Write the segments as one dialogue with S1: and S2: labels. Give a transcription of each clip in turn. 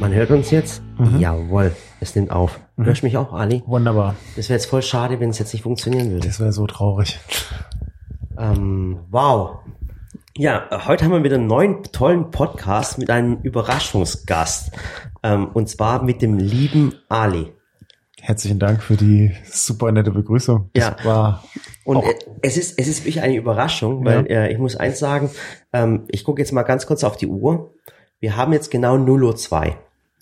S1: Man hört uns jetzt? Jawohl, es nimmt auf. Hörst mich auch, Ali?
S2: Wunderbar.
S1: Das wäre jetzt voll schade, wenn es jetzt nicht funktionieren würde.
S2: Das wäre so traurig.
S1: Ähm, wow. Ja, äh, heute haben wir wieder einen neuen tollen Podcast mit einem Überraschungsgast. Ähm, und zwar mit dem lieben Ali.
S2: Herzlichen Dank für die super nette Begrüßung.
S1: Ja.
S2: Das war
S1: Und
S2: Oh.
S1: äh, es ist es ist wirklich eine Überraschung, weil äh, ich muss eins sagen, ähm, ich gucke jetzt mal ganz kurz auf die Uhr. Wir haben jetzt genau 0.02 Uhr.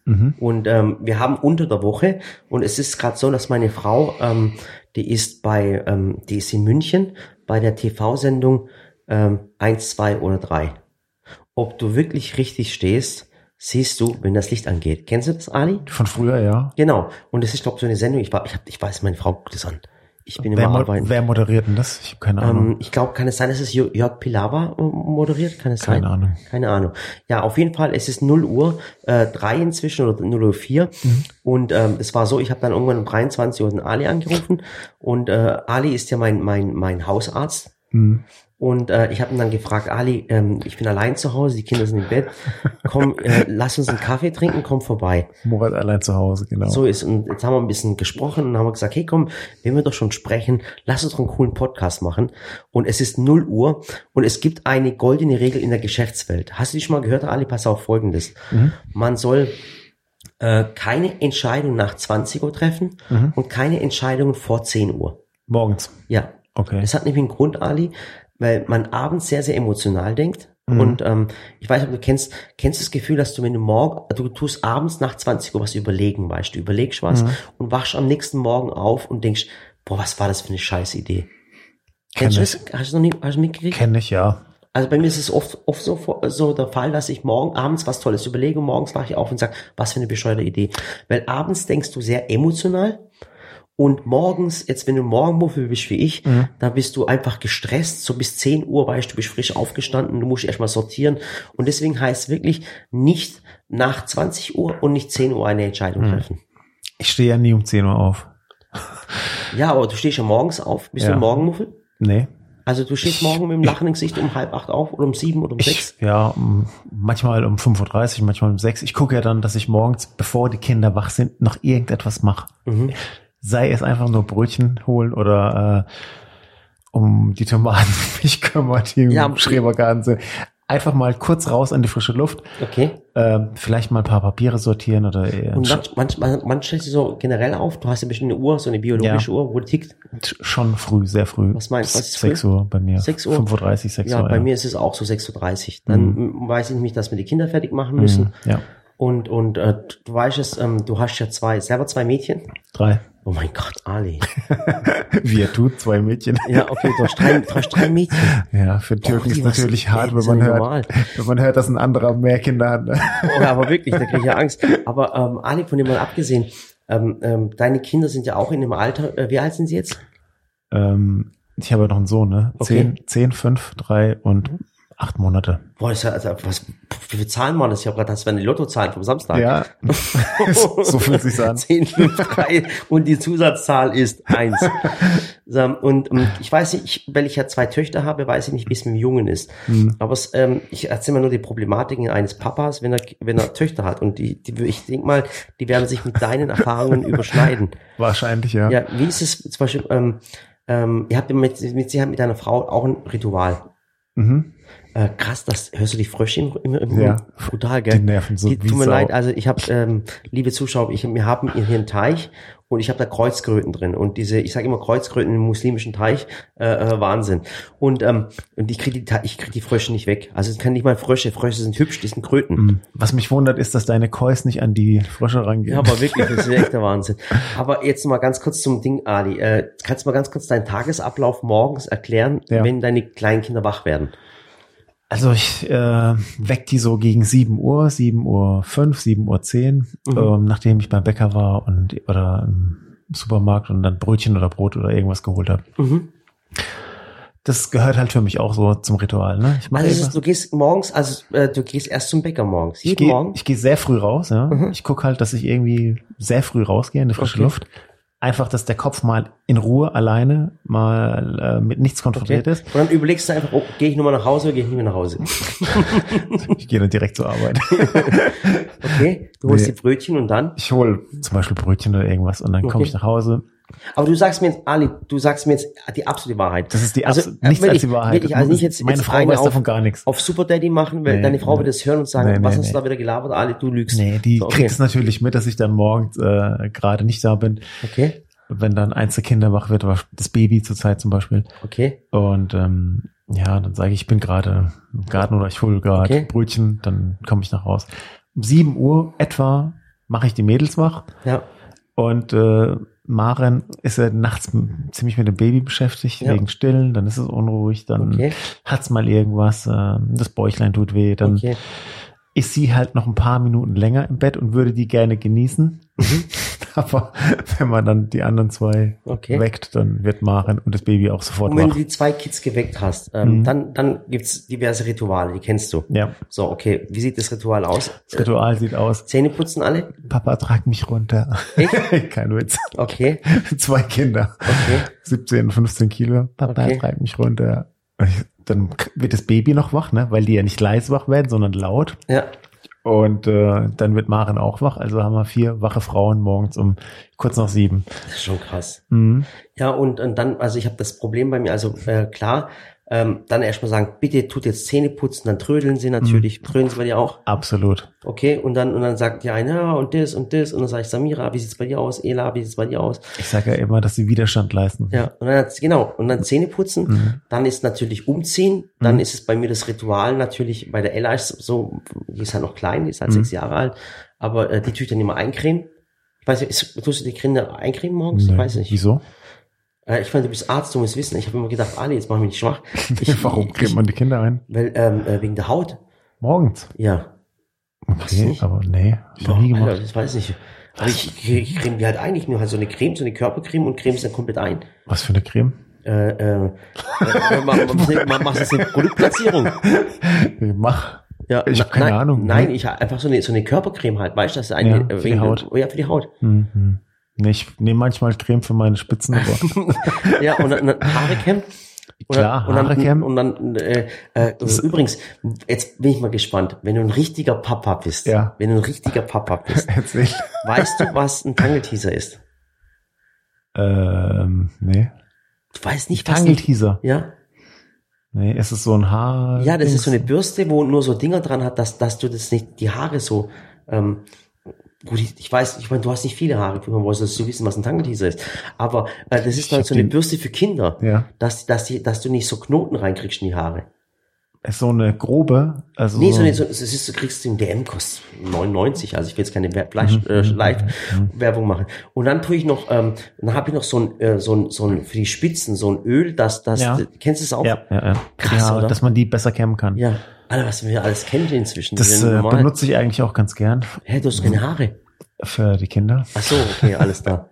S2: mhm.
S1: Und ähm, wir haben unter der Woche und es ist gerade so, dass meine Frau, ähm, die ist bei, ähm, die ist in München bei der TV-Sendung ähm, 1, 2 oder 3. Ob du wirklich richtig stehst, siehst du, wenn das Licht angeht. Kennst du das, Ali?
S2: von früher, ja.
S1: Genau. Und es ist, glaube ich, so eine Sendung. Ich, war- ich, hab, ich weiß, meine Frau guckt das an. Ich bin
S2: Wer,
S1: immer
S2: mo
S1: arbeiten.
S2: wer moderiert denn das? Ich habe keine Ahnung.
S1: Ähm, ich glaube, kann es sein, dass es Jör- Jörg Pilawa äh, moderiert? Kann es
S2: Keine
S1: sein?
S2: Ahnung.
S1: Keine Ahnung. Ja, auf jeden Fall, es ist 0 Uhr, äh, 3 inzwischen oder 0 Uhr 4. Und ähm, es war so, ich habe dann irgendwann um 23 Uhr den Ali angerufen. Und äh, Ali ist ja mein, mein, mein Hausarzt.
S2: Mhm.
S1: Und äh, ich habe ihn dann gefragt, Ali, ähm, ich bin allein zu Hause, die Kinder sind im Bett. Komm, äh, lass uns einen Kaffee trinken, komm vorbei.
S2: Morat allein zu Hause, genau.
S1: So ist. Und jetzt haben wir ein bisschen gesprochen und haben gesagt, hey komm, wenn wir doch schon sprechen, lass uns doch einen coolen Podcast machen. Und es ist 0 Uhr und es gibt eine goldene Regel in der Geschäftswelt. Hast du die schon mal gehört, Ali? Pass auf folgendes.
S2: Mhm.
S1: Man soll äh, keine Entscheidung nach 20 Uhr treffen
S2: Mhm.
S1: und keine Entscheidung vor 10 Uhr.
S2: Morgens.
S1: Ja,
S2: Okay.
S1: es hat nämlich einen Grund, Ali, weil man abends sehr, sehr emotional denkt.
S2: Mhm.
S1: Und ähm, ich weiß, ob du kennst, kennst du das Gefühl, dass du, wenn du morgen, du tust abends nach 20 Uhr was überlegen, weißt du, überlegst was
S2: Mhm.
S1: und wachst am nächsten Morgen auf und denkst, boah, was war das für eine scheiß Idee?
S2: Kenn
S1: Kennst du
S2: ich.
S1: das? Hast du noch nie, hast du mitgekriegt?
S2: Kenne ich, ja.
S1: Also bei mir ist es oft, oft so, vor- so der Fall, dass ich morgen abends was Tolles überlege, und morgens wache ich auf und sage, was für eine bescheuerte Idee. Weil abends denkst du sehr emotional und morgens, jetzt wenn du Morgenmuffel bist wie ich,
S2: Mhm.
S1: da bist du einfach gestresst, so bis 10 Uhr weißt du, bist frisch aufgestanden, du musst erstmal sortieren und deswegen heißt wirklich nicht nach 20 Uhr und nicht 10 Uhr eine Entscheidung
S2: Mhm.
S1: treffen.
S2: Ich stehe ja nie um 10 Uhr auf.
S1: Ja, aber du stehst ja morgens auf, bist
S2: Ja.
S1: du ein Morgenmuffel?
S2: Nee.
S1: Also du stehst morgen mit dem lachenden Gesicht um halb acht auf oder um sieben oder um sechs?
S2: Ich, ja, um, manchmal um 5.30 Uhr, manchmal um 6 Ich gucke ja dann, dass ich morgens, bevor die Kinder wach sind, noch irgendetwas mache.
S1: Mhm.
S2: Sei es einfach nur Brötchen holen oder äh, um die Tomaten mich kümmern, die im
S1: Ja, am-
S2: Schrebergarten sind. Einfach mal kurz raus an die frische Luft,
S1: Okay.
S2: ähm, vielleicht mal ein paar Papiere sortieren oder äh,
S1: Und manch, manch, manch, manch stellst du so generell auf, du hast ja bestimmt eine Uhr, so eine biologische Uhr, wo die tickt.
S2: sch- schon früh, sehr früh.
S1: Was meinst du, was ist
S2: 6 Uhr bei mir.
S1: 6 Uhr?
S2: 5.30 Uhr, 6
S1: Ja,
S2: Uhr.
S1: bei mir ist es auch so 6.30 Uhr. Dann m, weiß ich nämlich, dass wir die Kinder fertig machen müssen.
S2: Mhm, ja,
S1: Und, und äh, du weißt es, ähm, du hast ja zwei, selber zwei Mädchen.
S2: drei.
S1: Oh mein Gott, Ali.
S2: Wir tut zwei Mädchen.
S1: Ja, okay, du hast drei, du hast drei Mädchen.
S2: Ja, für Türken
S1: die
S2: ist
S1: was-
S2: natürlich
S1: ey,
S2: hart,
S1: das
S2: wenn
S1: ist
S2: man
S1: ja
S2: hört,
S1: normal.
S2: wenn man hört, dass ein anderer mehr Kinder hat. ne?
S1: Oh, aber wirklich, da kriege ich ja Angst. Aber ähm, Ali, von dem mal abgesehen, ähm, ähm, deine Kinder sind ja auch in dem Alter, äh, wie alt sind sie jetzt?
S2: Ähm, ich habe ja noch einen Sohn, ne?
S1: Okay.
S2: Zehn, zehn, fünf, drei und acht Monate.
S1: Boah, das ist ja, also, was, wie viele Zahlen waren das? Ich habe gerade, das wären die Lottozahlen vom Samstag.
S2: Ja, so so fühlt sich's an.
S1: 10, 5, 3 und die Zusatzzahl ist 1. So, und ähm, ich weiß nicht, ich, weil ich ja zwei Töchter habe, weiß ich nicht, wie es mit dem Jungen ist.
S2: Hm.
S1: Aber es, ähm, ich erzähle mir nur die Problematiken eines Papas, wenn er, wenn er Töchter hat. Und die, die, ich denke mal, die werden sich mit deinen Erfahrungen überschneiden.
S2: Wahrscheinlich, ja.
S1: Ja, wie ist es zum Beispiel, ähm, ähm, ihr habt ja mit, mit, Sie haben mit deiner Frau auch ein Ritual.
S2: Mhm.
S1: Äh, krass, das hörst du die Frösche im, im, im
S2: Ja.
S1: brutal, gell?
S2: Die nerven so
S1: Die,
S2: wie
S1: tut mir
S2: Sau.
S1: leid, also ich habe, ähm, liebe Zuschauer, ich, wir haben hier einen Teich und ich habe da Kreuzkröten drin und diese, ich sage immer Kreuzkröten im muslimischen Teich, äh, äh, Wahnsinn. Und, ähm, und ich kriege die, Te- ich krieg die Frösche nicht weg. Also ich kann nicht mal Frösche, Frösche sind hübsch, die sind Kröten.
S2: Hm. Was mich wundert, ist, dass deine Kois nicht an die Frösche rangehen.
S1: Ja, aber wirklich, das ist echt der Wahnsinn. Aber jetzt noch mal ganz kurz zum Ding, Ali. Äh, kannst du mal ganz kurz deinen Tagesablauf morgens erklären,
S2: Ja.
S1: wenn deine Kleinkinder wach werden?
S2: Also ich äh, weck die so gegen 7 Uhr, 7 Uhr 5, 7 Uhr 10,
S1: Mhm.
S2: ähm, nachdem ich beim Bäcker war und oder im Supermarkt und dann Brötchen oder Brot oder irgendwas geholt habe.
S1: Mhm.
S2: Das gehört halt für mich auch so zum Ritual, ne? Ich mache
S1: Also es
S2: irgendwas.
S1: ist, du gehst morgens, also äh, du gehst erst zum Bäcker morgens.
S2: Ich
S1: Jeden
S2: gehe
S1: Morgen. Mhm.
S2: ich geh sehr früh raus, ja. Ich gucke halt, dass ich irgendwie sehr früh rausgehe in die frische
S1: Okay.
S2: Luft. Einfach, dass der Kopf mal in Ruhe alleine mal äh, mit nichts konfrontiert ist.
S1: Und dann überlegst du einfach, oh, gehe ich nochmal nach Hause oder gehe ich nicht mehr nach Hause?
S2: Ich gehe dann direkt zur Arbeit.
S1: Okay, du holst die Brötchen und dann?
S2: Ich hole zum Beispiel Brötchen oder irgendwas und dann komme
S1: Okay.
S2: ich nach Hause.
S1: Aber du sagst mir jetzt, Ali, du sagst mir jetzt die absolute Wahrheit.
S2: Das ist die
S1: Also,
S2: absolut nichts
S1: will
S2: als
S1: ich-
S2: die Wahrheit.
S1: will ich also nicht jetzt-
S2: Meine
S1: jetzt
S2: Frau
S1: eine
S2: weiß
S1: auf-
S2: davon gar nichts.
S1: Auf Super Daddy machen, weil
S2: Nee,
S1: deine Frau
S2: nee.
S1: wird das hören und sagen,
S2: Nee, nee,
S1: was hast
S2: nee.
S1: du da wieder gelabert, Ali, du lügst.
S2: Nee, die
S1: So, okay.
S2: kriegt es natürlich mit, dass ich dann morgens äh, gerade nicht da bin,
S1: Okay,
S2: wenn dann eins der Kinder wach wird, aber das Baby zurzeit zum Beispiel.
S1: okay.
S2: Und ähm, ja, dann sage ich, ich bin gerade im Garten oder ich hole gerade
S1: Okay.
S2: Brötchen, dann komme ich nach Haus. Um 7 Uhr etwa mache ich die Mädels wach
S1: Ja,
S2: und äh, Maren ist ja nachts m- ziemlich mit dem Baby beschäftigt,
S1: Ja.
S2: wegen Stillen, dann ist es unruhig, dann
S1: okay,
S2: hat's mal irgendwas, äh, das Bäuchlein tut weh, dann
S1: okay.
S2: ist sie halt noch ein paar Minuten länger im Bett und würde die gerne genießen.
S1: Mhm.
S2: Aber wenn man dann die anderen zwei
S1: Okay.
S2: weckt, dann wird Maren und das Baby auch sofort
S1: Und wenn
S2: wach.
S1: du die zwei Kids geweckt hast, ähm,
S2: Mhm.
S1: dann, dann gibt's diverse Rituale, die kennst du.
S2: Ja,
S1: So, okay, wie sieht das Ritual aus?
S2: das Ritual sieht aus,
S1: Zähne putzen alle?
S2: Papa, trag mich runter. Kein Witz.
S1: Okay,
S2: Zwei Kinder,
S1: okay.
S2: 17 und 15 Kilo. Papa,
S1: Okay.
S2: trag mich runter. Und ich- Dann wird das Baby noch wach, ne? weil die ja nicht leise wach werden, sondern laut.
S1: Ja,
S2: Und äh, dann wird Maren auch wach. Also haben wir vier wache Frauen morgens um kurz nach sieben.
S1: das ist schon krass.
S2: Mhm.
S1: Ja, und, und dann, also ich habe das Problem bei mir, also äh, klar, ähm, dann erstmal sagen, bitte tut jetzt Zähne putzen, dann trödeln sie
S2: Mhm.
S1: natürlich, trödeln sie bei dir auch,
S2: Absolut.
S1: okay, und dann und dann sagt die eine, ja, und das und das, und dann sage ich, Samira, wie sieht's bei dir aus, Ela, wie sieht's bei dir aus?
S2: Ich sage ja immer, dass sie Widerstand leisten.
S1: Ja, und dann hat's, genau, und dann Zähne putzen,
S2: Mhm.
S1: dann ist natürlich umziehen, dann
S2: Mhm.
S1: ist es bei mir das Ritual natürlich, bei der Ella ist so, die ist halt noch klein, die ist halt
S2: Mhm.
S1: sechs Jahre alt, aber äh, die tue ich dann immer eincremen. Ich weiß nicht, ist, tust du die Kinder eincremen morgens?
S2: Nö.
S1: Ich weiß nicht.
S2: Wieso?
S1: Äh, Ich meine, du bist Arzt, du musst wissen. Ich habe immer gedacht, Ali, jetzt mach mich nicht schwach. Ich,
S2: Warum kriegt man die Kinder ein?
S1: Weil, ähm, äh, wegen der Haut.
S2: Morgens.
S1: Ja. Weiß
S2: Okay,
S1: nicht.
S2: aber nee, hab ich noch nie
S1: Alter,
S2: gemacht.
S1: das weiß ich nicht. Aber ich, ich creme die halt eigentlich nur halt so eine Creme, so eine Körpercreme und creme es dann komplett ein.
S2: Was für eine Creme?
S1: Äh, äh, äh, mach, mach, mach das eine Produktplatzierung.
S2: Ich mach.
S1: Ja,
S2: Ich hab keine
S1: nein,
S2: Ahnung. ne?
S1: Nein, ich hab einfach so eine, so eine Körpercreme halt, weißt du, das ist eine,
S2: Ja,
S1: äh,
S2: für die
S1: wegen-
S2: Haut.
S1: Ja, für die Haut.
S2: Mhm. Nee, ich nehme manchmal Creme für meine Spitzen, aber
S1: Ja, und dann, dann Haare kämmen. Und
S2: Klar,
S1: dann, und dann,
S2: Haare kämmen.
S1: Und dann, äh, äh, übrigens, jetzt bin ich mal gespannt, wenn du ein richtiger Papa bist,
S2: Ja.
S1: wenn du ein richtiger Papa bist,
S2: erzähl.
S1: weißt du, was ein Tangle-Teaser ist?
S2: Ähm, nee.
S1: Du weißt nicht, was ein,
S2: Tangle-Teaser.
S1: ja?
S2: Nee, es ist so ein Haar.
S1: ja, das ist so eine
S2: Dings.
S1: Bürste, wo nur so Dinger dran hat, dass, dass du das nicht, die Haare so, ähm, gut, ich, ich weiß, ich meine, du hast nicht viele Haare, du wolltest du wissen, was ein Tangle-Teaser ist, aber äh, das
S2: Ich
S1: ist dann
S2: hab
S1: so eine
S2: den-
S1: Bürste für Kinder,
S2: Ja,
S1: dass, dass, die, dass du nicht so Knoten reinkriegst in die Haare.
S2: es ist so eine grobe, also
S1: Nee,
S2: so,
S1: so, nee, so, es ist, du kriegst den DM, kostet 99, also ich will jetzt keine Wer- Fleisch-
S2: Mhm,
S1: äh, Live-Werbung machen. Und dann tue ich noch, ähm, dann habe ich noch so ein, äh, so ein, so ein, für die Spitzen, so ein Öl, das, das,
S2: Ja.
S1: kennst du es auch?
S2: ja, ja, ja.
S1: Krass,
S2: ja,
S1: oder?
S2: dass man die besser kämmen kann.
S1: Ja. Alter, was wir alles kennen inzwischen.
S2: Das
S1: sind
S2: äh,
S1: normal.
S2: benutze ich eigentlich auch ganz gern
S1: Hä, du hast keine Haare.
S2: für die Kinder.
S1: Ach so, okay, alles da.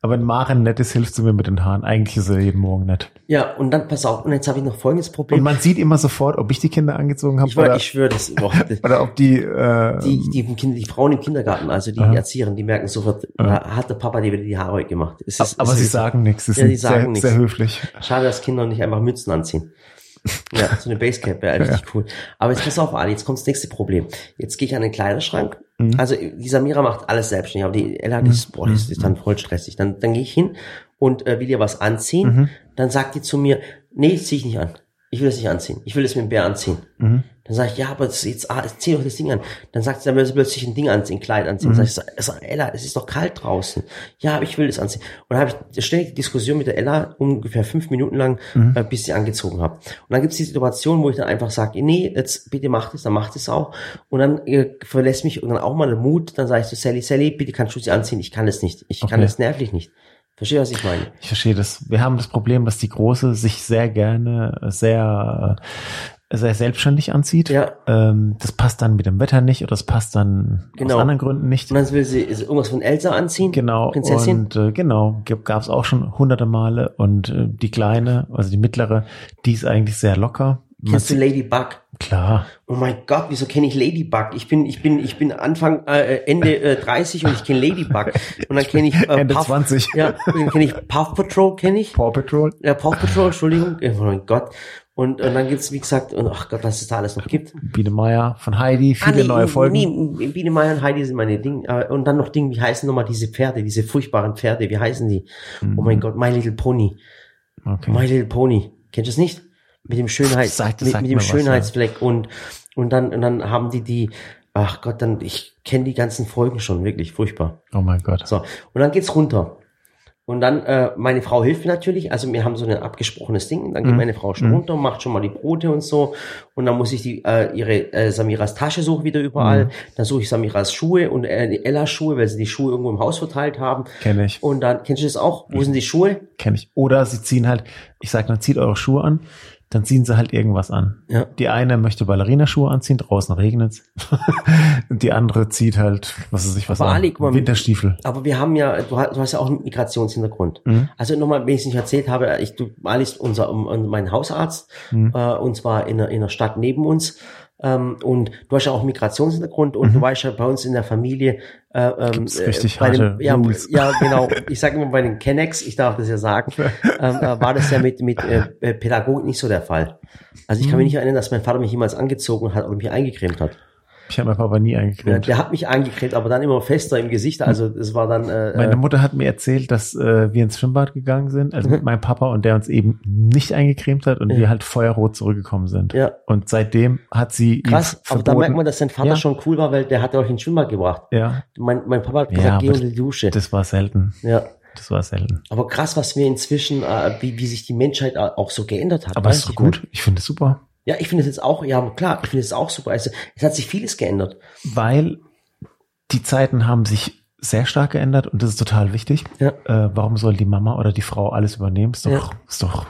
S2: Aber wenn Maren nett ist, hilfst du mir mit den Haaren. Eigentlich ist er jeden Morgen nett.
S1: Ja, und dann, pass auf, und jetzt habe ich noch folgendes
S2: Und
S1: Problem.
S2: man sieht immer sofort, ob ich die Kinder angezogen habe
S1: ich wollte,
S2: oder,
S1: ich schwöre das überhaupt nicht.
S2: oder ob die, äh,
S1: Die, die, im Kind, die Frauen im Kindergarten, also die
S2: Aha.
S1: Erzieherinnen, die merken sofort, äh, hat der Papa dir wieder die Haare gemacht. Es ist-
S2: aber
S1: es
S2: sie
S1: ist-
S2: sagen nichts. Sie
S1: Ja,
S2: sind
S1: die sagen
S2: sehr,
S1: nichts.
S2: sehr höflich.
S1: Schade, dass Kinder nicht einfach Mützen anziehen. Ja, so eine Basecap wäre richtig cool. Aber jetzt pass auf, Ali, jetzt kommt das nächste Problem. Jetzt gehe ich an den Kleiderschrank. Also die Samira macht alles selbstständig, aber die Ella, die ist, boah, die ist dann voll stressig. Dann, dann gehe ich hin und äh, will ihr was anziehen. Dann sagt die zu mir, nee, das ziehe ich nicht an. Ich will das nicht anziehen. Ich will das mit dem Bär anziehen.
S2: Mhm.
S1: Dann sage ich, ja, aber das ist jetzt, ah, zieh doch das Ding an. Dann sagt sie, dann will sie plötzlich ein Ding anziehen, ein Kleid anziehen. Dann sag ich, so, Ella, es ist doch kalt draußen. Ja, aber ich will das anziehen. Und dann habe ich ständig die Diskussion mit der Ella, ungefähr fünf Minuten lang,
S2: Mhm.
S1: äh, bis sie angezogen habe. Und dann gibt es die Situation, wo ich dann einfach sage, nee, jetzt bitte macht es, dann macht es auch. Und dann äh, verlässt mich dann auch mal der Mut, dann sage ich so, Sally, Sally, bitte kannst du sie anziehen. Ich kann es nicht. Ich kann
S2: Okay.
S1: es nervlich nicht. Verstehe, was ich meine?
S2: Ich verstehe das. Wir haben das Problem, dass die Große sich sehr gerne, äh, sehr, äh, sehr selbstständig anzieht.
S1: Ja.
S2: Ähm, das passt dann mit dem Wetter nicht oder das passt dann
S1: Genau.
S2: aus anderen Gründen nicht.
S1: Und dann will sie ist irgendwas von Elsa anziehen.
S2: Genau,
S1: Prinzessin.
S2: und äh, genau, gab es auch schon hunderte Male und äh, die kleine, also die mittlere, die ist eigentlich sehr locker
S1: Kennst du Ladybug?
S2: Klar.
S1: Oh mein Gott, wieso kenne ich Ladybug? Ich bin, ich bin, ich bin Anfang, äh, Ende äh, 30 und ich kenne Ladybug. Und dann kenne ich äh,
S2: Ende 20.
S1: Ja, und dann kenne ich Puff Patrol, kenne ich.
S2: Paw Patrol.
S1: Ja, Paw Patrol, Entschuldigung. Oh mein Gott. Und, und dann gibt's wie gesagt, und ach Gott, was es da alles noch gibt. Ah,
S2: Biene Meier von Heidi, viele
S1: nee,
S2: neue Folgen.
S1: Nee, Biene Meier und Heidi sind meine Dinge. Und dann noch Dinge, wie heißen nochmal diese Pferde, diese furchtbaren Pferde, wie heißen die?
S2: Mhm.
S1: Oh mein Gott, My Little Pony.
S2: Okay.
S1: My Little Pony. Kennst du es nicht? Mit dem Schönheits,
S2: Sagt-
S1: mit,
S2: sagt
S1: mit dem
S2: mir was, ja.
S1: Schönheitsfleck und, und dann, und dann haben die die, ach Gott, dann, ich kenne die ganzen Folgen schon, wirklich furchtbar.
S2: Oh mein Gott.
S1: So. Und dann geht's runter. Und dann, äh, meine Frau hilft mir natürlich, also wir haben so ein abgesprochenes Ding, dann geht
S2: Mhm.
S1: meine Frau schon runter, macht schon mal die Brote und so. Und dann muss ich die, äh, ihre äh, Samiras Tasche suchen wieder überall.
S2: Mhm.
S1: Dann suche ich Samiras Schuhe und äh, die Ellas Schuhe, weil sie die Schuhe irgendwo im Haus verteilt haben.
S2: Kenne ich.
S1: Und dann, kennst du das auch? Wo sind die Schuhe?
S2: Kenne ich. Oder sie ziehen halt, ich sag dann, zieht eure Schuhe an, dann ziehen sie halt irgendwas an.
S1: Ja.
S2: Die eine möchte Ballerinaschuhe anziehen, draußen regnet's. Und die andere zieht halt, was weiß ich, was
S1: Aber
S2: an.
S1: Ali, guck mal,
S2: Winterstiefel.
S1: Aber wir haben ja, du hast, du hast ja auch einen Migrationshintergrund.
S2: Mhm.
S1: Also nochmal, wenn ich es nicht erzählt habe, ich, du, Ali ist unser, um, um, mein Hausarzt,
S2: Mhm.
S1: äh, und zwar in einer, in einer Stadt neben uns. Ähm, und du hast ja auch einen Migrationshintergrund und du weißt ja bei uns in der Familie, äh, ähm,
S2: Mhm. Gibt's richtig
S1: bei dem,
S2: harte
S1: ja,
S2: Rules.
S1: ja, genau. Ich sage immer bei den Kennex, ich darf das ja sagen, ähm, äh, war das ja mit, mit äh, äh, Pädagogik nicht so der Fall. Also
S2: Mhm.
S1: ich kann mich nicht erinnern, dass mein Vater mich jemals angezogen hat oder mich eingecremt hat.
S2: Ich habe meinen Papa nie
S1: Der,
S2: eingecremt.
S1: der hat mich eingecremt, aber dann immer fester im Gesicht. Also es war dann äh,
S2: Meine Mutter hat mir erzählt, dass äh, wir ins Schwimmbad gegangen sind, also
S1: Mhm.
S2: mit meinem Papa und der uns eben nicht eingecremt hat und wir halt feuerrot zurückgekommen sind.
S1: Ja.
S2: Und seitdem hat sie
S1: Krass,
S2: ihm
S1: aber
S2: verboten,
S1: da merkt man, dass dein Vater
S2: Ja.
S1: schon cool war, weil der hat euch ins Schwimmbad gebracht.
S2: ja,
S1: Mein, mein Papa hat
S2: Ja,
S1: gesagt, geh
S2: aber
S1: unter die Dusche.
S2: das war selten.
S1: ja.
S2: Das war selten.
S1: Aber krass, was wir inzwischen, äh, wie, wie sich die Menschheit äh, auch so geändert hat.
S2: Aber
S1: weißt
S2: ist
S1: du,
S2: doch
S1: ich mein-
S2: gut. Ich finde es super.
S1: Ja, ich finde es jetzt auch, ja, klar, ich finde es auch super. Also, es hat sich vieles geändert.
S2: weil die Zeiten haben sich sehr stark geändert und das ist total wichtig.
S1: Ja.
S2: Äh, warum soll die Mama oder die Frau alles übernehmen? Ist doch, ist doch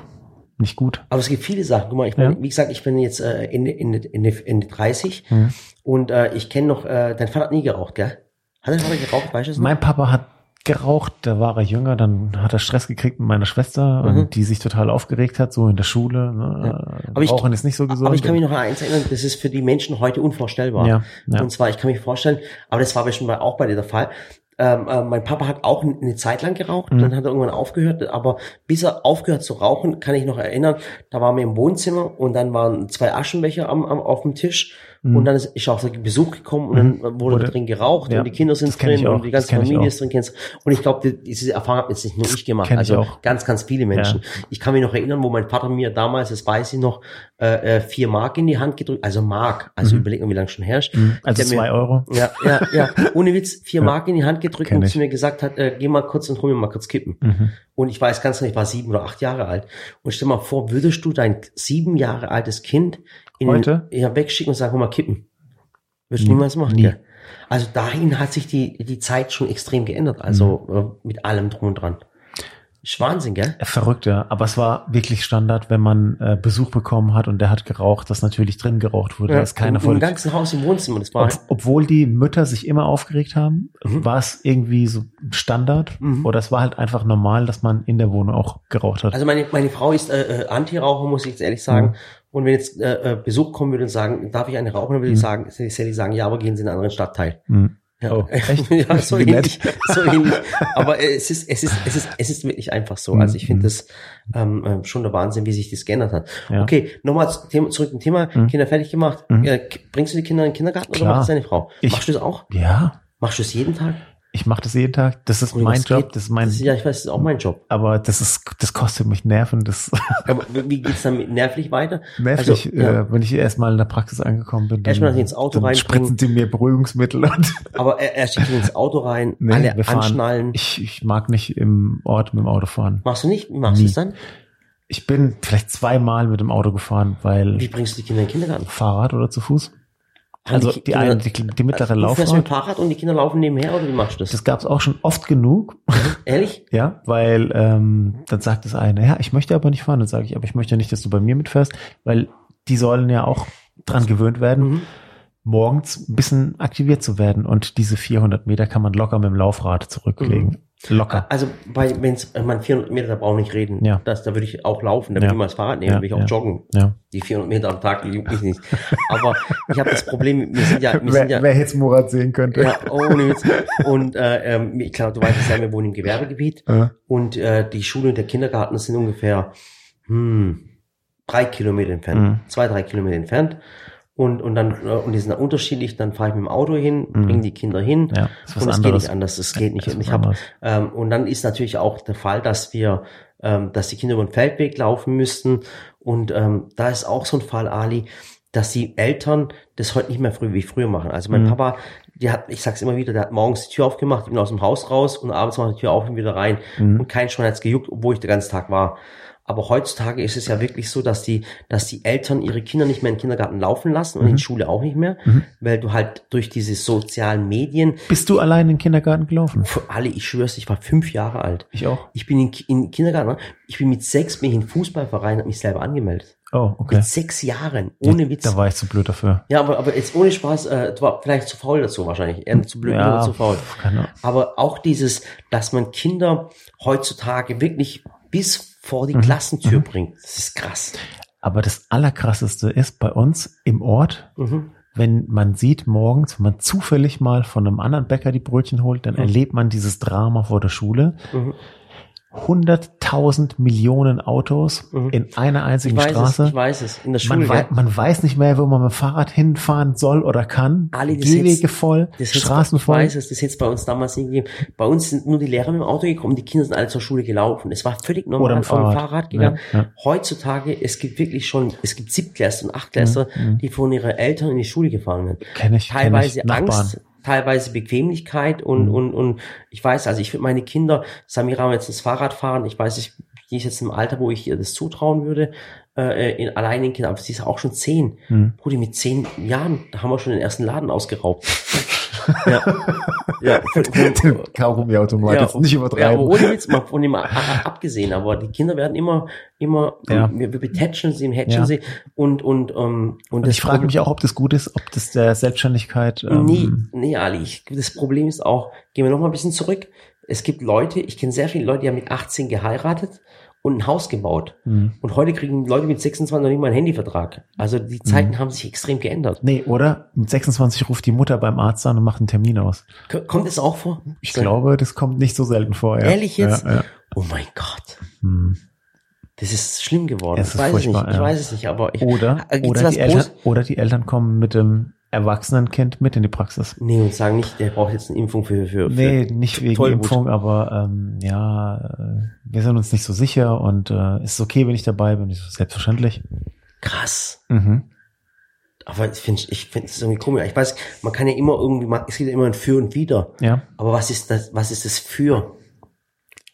S2: nicht gut.
S1: Aber es gibt viele Sachen. Guck mal, ich meine,
S2: Ja.
S1: wie gesagt, ich bin jetzt äh, Ende, Ende, Ende, Ende 30
S2: Mhm.
S1: und äh, ich kenne noch, äh, dein Vater hat nie geraucht, gell? Hat dein Vater geraucht, weißt du das noch?
S2: Mein Papa hat geraucht, da war er jünger, dann hat er Stress gekriegt mit meiner Schwester,
S1: Mhm.
S2: und die sich total aufgeregt hat, so in der Schule. Ne?
S1: Aber ich-
S2: Rauchen ist nicht so gesund.
S1: Aber ich kann mich noch an eins erinnern, das ist für die Menschen heute unvorstellbar.
S2: Ja, ja.
S1: Und zwar, ich kann mich vorstellen, aber das war bestimmt bei- auch bei dir der Fall. Ähm, äh, mein Papa hat auch n- eine Zeit lang geraucht,
S2: Mhm.
S1: dann hat er irgendwann aufgehört, aber bis er aufgehört zu rauchen, kann ich noch erinnern, da waren wir im Wohnzimmer und dann waren zwei Aschenbecher am, am, auf dem Tisch und dann ist, ist auch so Besuch gekommen und dann wurde,
S2: Mhm. Wurde-
S1: drin geraucht
S2: Ja,
S1: und die Kinder
S2: das
S1: sind
S2: kenn ich
S1: drin
S2: auch,
S1: und die
S2: das
S1: ganze
S2: kenn ich
S1: Familie
S2: auch.
S1: ist drin. Kennst. Und ich glaube, die- diese Erfahrung habe jetzt nicht nur ich gemacht,
S2: kenn ich
S1: also
S2: auch.
S1: ganz, ganz viele Menschen. Ich kann mich noch erinnern, wo mein Vater mir damals, das weiß ich noch, äh, äh, vier Mark in die Hand gedrückt, also Mark, also
S2: Mhm.
S1: überleg mal, wie lange schon herrscht.
S2: also
S1: Der mir-
S2: zwei Euro.
S1: Ja, ja, ja. Ohne Witz, vier Mark in die Hand gedrückt
S2: Kenn
S1: und
S2: ich.
S1: zu mir gesagt hat, äh, geh mal kurz und hol mir mal kurz Kippen.
S2: Mhm.
S1: Und ich weiß ganz genau, ich war sieben oder acht Jahre alt. Und stell mal vor, würdest du dein sieben Jahre altes Kind in
S2: Heute?
S1: Den, ja, wegschicken und sagen, hol mal Kippen. Würdest du niemals machen,
S2: nie.
S1: gell? Also dahin hat sich die, die Zeit schon extrem geändert, also
S2: Mhm.
S1: äh, mit allem drum und dran. Ist Wahnsinn, gell?
S2: Verrückt, ja. Aber es war wirklich Standard, wenn man äh, Besuch bekommen hat und der hat geraucht, dass natürlich drin geraucht wurde. da ist keine
S1: Im- Im
S2: Folge.
S1: ganzen Haus im Wohnzimmer, das war
S2: Ob, obwohl die Mütter sich immer aufgeregt haben,
S1: Mhm.
S2: war es irgendwie so ein Standard oder es war halt einfach normal, dass man in der Wohnung auch geraucht hat.
S1: Also meine, meine Frau ist äh, äh, Anti-Raucher, muss ich jetzt ehrlich
S2: Mhm.
S1: sagen. Und wenn jetzt äh, äh, Besuch kommen würde und sagen, darf ich eine rauchen, dann würde ich sagen, Sally sagen, ja, aber gehen Sie in einen anderen Stadtteil.
S2: Mhm.
S1: Ja,
S2: Oh, echt?
S1: ja so,
S2: Wie nett.
S1: ähnlich, so ähnlich. Aber äh, es ist, es ist, es ist, es ist wirklich einfach so. Also ich
S2: Mhm.
S1: finde das ähm, ähm, schon der Wahnsinn, wie sich das geändert hat.
S2: Ja. Mhm.
S1: Okay, nochmal zu- Thema- zurück zum Thema. Kinder fertig gemacht. Äh, k- bringst du die Kinder in den Kindergarten
S2: Klar.
S1: oder macht es deine Frau?
S2: Ich-
S1: Machst du das auch?
S2: ja,
S1: Machst du es jeden Tag?
S2: ich mache das jeden Tag. Das ist
S1: Oder
S2: mein
S1: was
S2: Job,
S1: geht?
S2: das ist mein.
S1: ja, ich weiß, das ist auch mein Job.
S2: aber das ist, das kostet mich Nerven. Das
S1: Aber wie geht's dann mit nervlich weiter?
S2: nervlich,
S1: Also, ja.
S2: äh, wenn ich erstmal in der Praxis angekommen bin. dann-
S1: Erstmal, dass ich ins Auto
S2: dann
S1: reinbringe.
S2: spritzen die mir Beruhigungsmittel und
S1: Aber er, er schickt ihn ins Auto rein,
S2: Nee,
S1: alle
S2: wir fahren.
S1: anschnallen.
S2: ich, ich mag nicht im Ort mit dem Auto fahren.
S1: Machst du nicht? Wie machst
S2: Nie.
S1: du es dann?
S2: Ich bin vielleicht zweimal mit dem Auto gefahren, weil
S1: Wie bringst du die Kinder in den Kindergarten?
S2: Fahrrad oder zu Fuß.
S1: Haben
S2: Also
S1: Ki-
S2: die, eine, die, die mittlere
S1: Du fährst mit dem
S2: Laufrad,
S1: Fahrrad und die Kinder laufen nebenher oder wie machst du das?
S2: das gab es auch schon oft genug,
S1: Ehrlich?
S2: ja, weil ähm, dann sagt das eine, ja, ich möchte aber nicht fahren, dann sage ich, aber ich möchte nicht, dass du bei mir mitfährst, weil die sollen ja auch dran gewöhnt werden,
S1: Mhm.
S2: morgens ein bisschen aktiviert zu werden und diese 400 Meter kann man locker mit dem Laufrad zurücklegen. Locker.
S1: Also bei, wenn's, ich meine, 400 Meter, da brauche ich nicht reden.
S2: Ja.
S1: Das, da würde ich auch laufen, da
S2: Ja.
S1: würde ich mal das Fahrrad nehmen,
S2: Ja,
S1: würde ich auch
S2: ja.
S1: joggen.
S2: Ja.
S1: Die 400 Meter am Tag juckt mich nicht. Aber ich habe das Problem, wir sind ja, wir sind Ah, ja,
S2: jetzt Murat sehen könnte.
S1: ja ohne Witz. Und äh, ähm, ich glaube, du weißt es ja, wir wohnen im Gewerbegebiet
S2: Ja.
S1: und äh, die Schule und der Kindergarten sind ungefähr hm, drei Kilometer entfernt,
S2: Mhm.
S1: zwei, drei Kilometer entfernt. Und, und dann, äh, und die sind dann unterschiedlich, dann fahre ich mit dem Auto hin,
S2: Mhm.
S1: bringe die Kinder hin.
S2: Ja, ist was
S1: und es geht
S2: anderes.
S1: nicht anders, es geht nicht.
S2: Ist
S1: Und
S2: was
S1: ich habe
S2: anderes.
S1: ähm, und dann ist natürlich auch der Fall, dass wir, ähm, dass die Kinder über den Feldweg laufen müssten. Und ähm, da ist auch so ein Fall, Ali, dass die Eltern das heute nicht mehr früh wie früher machen. Also mein
S2: Mhm.
S1: Papa, der hat, ich sag's immer wieder, der hat morgens die Tür aufgemacht, ich bin aus dem Haus raus und abends macht er die Tür auf und wieder rein.
S2: Mhm.
S1: Und kein schon hat's gejuckt, obwohl ich den ganzen Tag war. Aber heutzutage ist es ja wirklich so, dass die, dass die Eltern ihre Kinder nicht mehr in den Kindergarten laufen lassen und in die Schule auch nicht mehr,
S2: Mhm.
S1: weil du halt durch diese sozialen Medien,
S2: Bist du allein in den Kindergarten gelaufen?
S1: für alle, ich schwör's, ich war fünf Jahre alt.
S2: Ich auch.
S1: Ich bin in, Ki- in Kindergarten, ich bin mit sechs bin ich in den Fußballverein, habe mich selber angemeldet.
S2: Oh, okay.
S1: Mit sechs Jahren, ohne Witz.
S2: Da war ich zu blöd dafür.
S1: Ja, aber, aber jetzt ohne Spaß, äh, du war vielleicht zu faul dazu wahrscheinlich, eher zu blöd oder zu faul.
S2: Keine Ahnung.
S1: Aber auch dieses, dass man Kinder heutzutage wirklich bis vor
S2: Mhm.
S1: die Klassentür bringt, das ist krass.
S2: Aber das Allerkrasseste ist bei uns im Ort,
S1: Mhm.
S2: wenn man sieht morgens, wenn man zufällig mal von einem anderen Bäcker die Brötchen holt, dann
S1: Mhm.
S2: erlebt man dieses Drama vor der Schule.
S1: Mhm.
S2: 100.000 Millionen Autos
S1: Mhm.
S2: in einer
S1: Ich
S2: einzigen
S1: weiß
S2: Straße.
S1: es, ich weiß es. In der Schule,
S2: man, wei
S1: ja.
S2: man weiß nicht mehr, wo man mit dem Fahrrad hinfahren soll oder kann.
S1: Ali, das
S2: Gehwege
S1: hättest-
S2: voll,
S1: Das hätt's-
S2: Straßen
S1: ich weiß
S2: voll.
S1: es, das hätte es bei uns damals nicht gegeben. Bei uns sind nur die Lehrer mit dem Auto gekommen, die Kinder sind alle zur Schule gelaufen. Es war völlig normal,
S2: Oder mit dem
S1: auf dem
S2: Fahrrad.
S1: Fahrrad gegangen.
S2: Ja, ja.
S1: Heutzutage, es gibt wirklich schon, es gibt Siebtklässler und Achtklässler,
S2: Mhm, mhm.
S1: die von ihren Eltern in die Schule gefahren werden.
S2: Kenn ich. kenn
S1: Teilweise
S2: ich. Nachbarn.
S1: Angst, teilweise Bequemlichkeit und,
S2: Mhm.
S1: und, und ich weiß, also ich würde meine Kinder, Samira, jetzt das Fahrrad fahren, ich weiß, ich die ist jetzt im Alter, wo ich ihr das zutrauen würde, äh, in alleinigen Kindern, aber sie ist auch schon zehn.
S2: Mhm.
S1: Rudi, mit zehn Jahren, da haben wir schon den ersten Laden ausgeraubt. ja. ja. Von, von,
S2: Kaugummiautomat,
S1: Ja,
S2: jetzt nicht
S1: ja, aber
S2: übertreiben.
S1: ohne Witz, mal von dem a- a- abgesehen, aber die Kinder werden immer, immer,
S2: Ja.
S1: wir, wir betätschen sie, hätschen
S2: Ja.
S1: sie und, und, ähm, und,
S2: und ich frage mich auch, ob das gut ist, ob das der Selbstständigkeit. Ähm,
S1: Nee, nee, Ali, ich, das Problem ist auch, gehen wir noch mal ein bisschen zurück. Es gibt Leute, ich kenne sehr viele Leute, die haben mit 18 geheiratet und ein Haus gebaut.
S2: mh.
S1: Und heute kriegen Leute mit 26 noch nicht mal einen Handyvertrag. Also die
S2: Mhm.
S1: Zeiten haben sich extrem geändert.
S2: Nee, oder? Mit 26 ruft die Mutter beim Arzt an und macht einen Termin aus.
S1: K- Kommt es auch vor?
S2: Ich glaube, das kommt nicht so selten vor. Ja.
S1: Ehrlich jetzt?
S2: Ja, ja.
S1: Oh mein Gott.
S2: Hm.
S1: Das ist schlimm geworden.
S2: Es
S1: ich
S2: ist
S1: weiß es nicht.
S2: furchtbar,
S1: Ich
S2: ja.
S1: weiß es nicht, aber ich,
S2: Oder,
S1: Äh, gibt's
S2: oder,
S1: was
S2: die Eltern,
S1: Groß-
S2: oder die Eltern kommen mit dem erwachsenen Kind mit in die Praxis.
S1: Nee, und sagen nicht, der braucht jetzt eine Impfung für. für, für.
S2: Nee, nicht wegen
S1: Tollwut.
S2: Impfung, aber ähm, ja, äh, wir sind uns nicht so sicher und äh, ist okay, wenn ich dabei bin, ist selbstverständlich.
S1: Krass.
S2: Mhm.
S1: Aber ich finde ich find es irgendwie komisch. Ich weiß, man kann ja immer irgendwie, mal- es gibt ja immer ein Für und Wider.
S2: Ja.
S1: Aber was ist das, was ist das Für?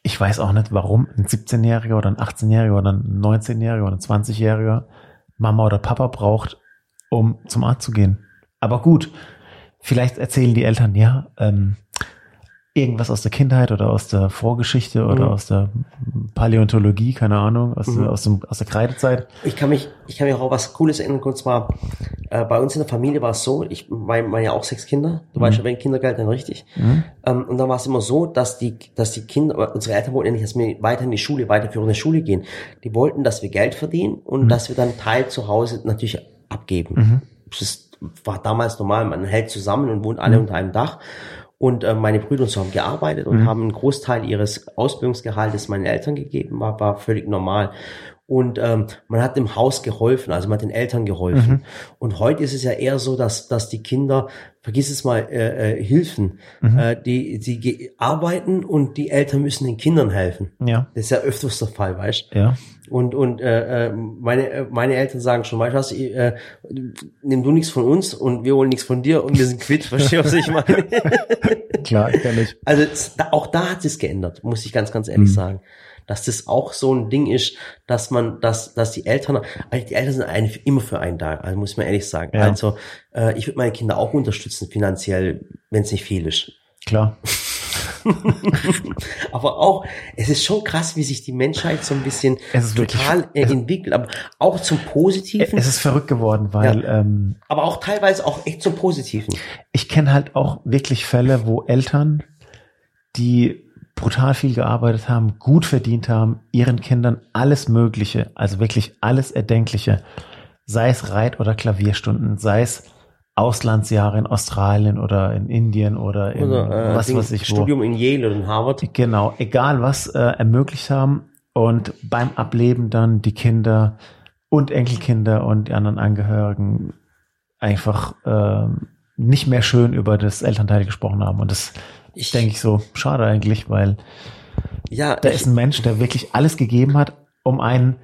S2: Ich weiß auch nicht, warum ein 17-Jähriger oder ein 18-Jähriger oder ein 19-Jähriger oder ein 20-Jähriger Mama oder Papa braucht, um zum Arzt zu gehen. Aber gut, vielleicht erzählen die Eltern ja ähm, irgendwas aus der Kindheit oder aus der Vorgeschichte oder
S1: Mhm.
S2: aus der Paläontologie, keine Ahnung, aus,
S1: Mhm.
S2: aus, dem, aus der Kreidezeit.
S1: Ich kann mich, ich kann mich auch was Cooles erinnern, und zwar, äh, bei uns in der Familie war es so, ich, mein, mein ja auch sechs Kinder, du weißt ja, wenn Kinder gelten, dann richtig.
S2: Mhm.
S1: Ähm, und dann war es immer so, dass die, dass die Kinder, oder unsere Eltern wollten ja nicht, dass wir weiter in die Schule, weiterführende Schule gehen. Die wollten, dass wir Geld verdienen und dass wir dann Teil zu Hause natürlich abgeben.
S2: Mhm.
S1: Das ist- war damals normal, man hält zusammen und wohnt alle unter einem Dach. Und äh, meine Brüder und so haben gearbeitet und haben einen Großteil ihres Ausbildungsgehaltes meinen Eltern gegeben, war, war völlig normal. Und ähm, man hat dem Haus geholfen, also man hat den Eltern geholfen. Und heute ist es ja eher so, dass, dass die Kinder, vergiss es mal, äh, äh, Hilfen, äh, die, die ge- arbeiten und die Eltern müssen den Kindern helfen.
S2: Ja.
S1: Das ist ja öfters der Fall, weißt du?
S2: Ja.
S1: Und, und äh, äh, meine, äh, meine Eltern sagen schon, weißt du was, ich, äh, nimm du nichts von uns und wir holen nichts von dir und wir sind quitt, verstehst du, was ich meine?
S2: Klar, ehrlich.
S1: Also es- da- auch da hat sich's geändert, muss ich ganz, ganz ehrlich
S2: Mhm.
S1: sagen. Dass das auch so ein Ding ist, dass man, dass, dass die Eltern, also die Eltern sind eigentlich immer für einen da, also muss man ehrlich sagen.
S2: Ja.
S1: Also äh, ich würde meine Kinder auch unterstützen finanziell, wenn es nicht viel ist.
S2: Klar.
S1: Aber auch, es ist schon krass, wie sich die Menschheit so ein bisschen
S2: Es ist wirklich- also
S1: total äh,
S2: es-
S1: entwickelt, aber auch zum Positiven.
S2: Es ist verrückt geworden, weil ähm,
S1: aber auch teilweise auch echt zum Positiven.
S2: ich kenne halt auch wirklich Fälle, wo Eltern, die brutal viel gearbeitet haben, gut verdient haben, ihren Kindern alles Mögliche, also wirklich alles Erdenkliche, sei es Reit- oder Klavierstunden, sei es Auslandsjahre in Australien oder in Indien oder in
S1: Oder, äh,
S2: was
S1: Ding-
S2: weiß ich wo.
S1: Studium in Yale oder in Harvard.
S2: Genau, egal was äh, ermöglicht haben und beim Ableben dann die Kinder und Enkelkinder und die anderen Angehörigen einfach ähm, nicht mehr schön über das Elternteil gesprochen haben. Und das
S1: Ich-
S2: denke ich so, schade eigentlich, weil
S1: Ja,
S2: da
S1: ich-
S2: ist ein Mensch, der wirklich alles gegeben hat, um einen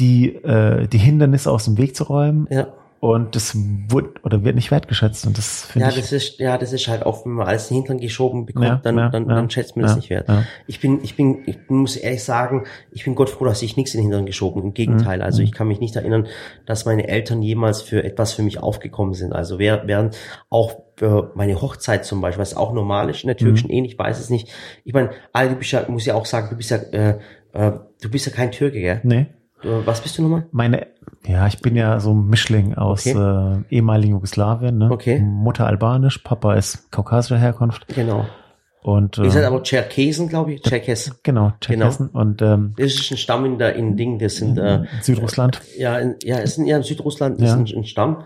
S2: die, äh, die Hindernisse aus dem Weg zu räumen.
S1: ja.
S2: Und das wird oder wird nicht wertgeschätzt. Und das finde
S1: Ja,
S2: ich.
S1: das ist, ja, das ist halt auch, wenn man alles in den Hintern geschoben bekommt,
S2: Ja,
S1: dann,
S2: ja,
S1: dann,
S2: ja,
S1: dann schätzt man das
S2: ja,
S1: nicht wert.
S2: ja.
S1: Ich bin, ich bin, ich muss ehrlich sagen, ich bin Gott froh, dass ich nichts in den Hintern geschoben. Im
S2: Mhm.
S1: Gegenteil, also ich kann mich nicht erinnern, dass meine Eltern jemals für etwas für mich aufgekommen sind. Also wer, während auch äh, meine Hochzeit zum Beispiel, was auch normal ist in der
S2: Mhm.
S1: türkischen Ehe, ich weiß es nicht. Ich meine, Ali, du bist ja, muss ja auch sagen, du bist ja, äh, äh, du bist ja kein Türke, gell?
S2: nee.
S1: Äh, Was bist du nochmal?
S2: meine, ja, ich bin ja so ein Mischling aus äh, ehemaligen Jugoslawien. Ne?
S1: Okay.
S2: Mutter albanisch, Papa ist kaukasischer Herkunft
S1: Genau.
S2: und
S1: Ihr seid
S2: äh,
S1: aber Tscherkesen, glaube ich. Tscherkes.
S2: genau, Tschechien und ähm,
S1: Das ist ein Stamm in der in Ding, das sind äh,
S2: in Südrussland.
S1: ja, in, ja, ist in, ja, in Südrussland ist
S2: Ja.
S1: ein, ein Stamm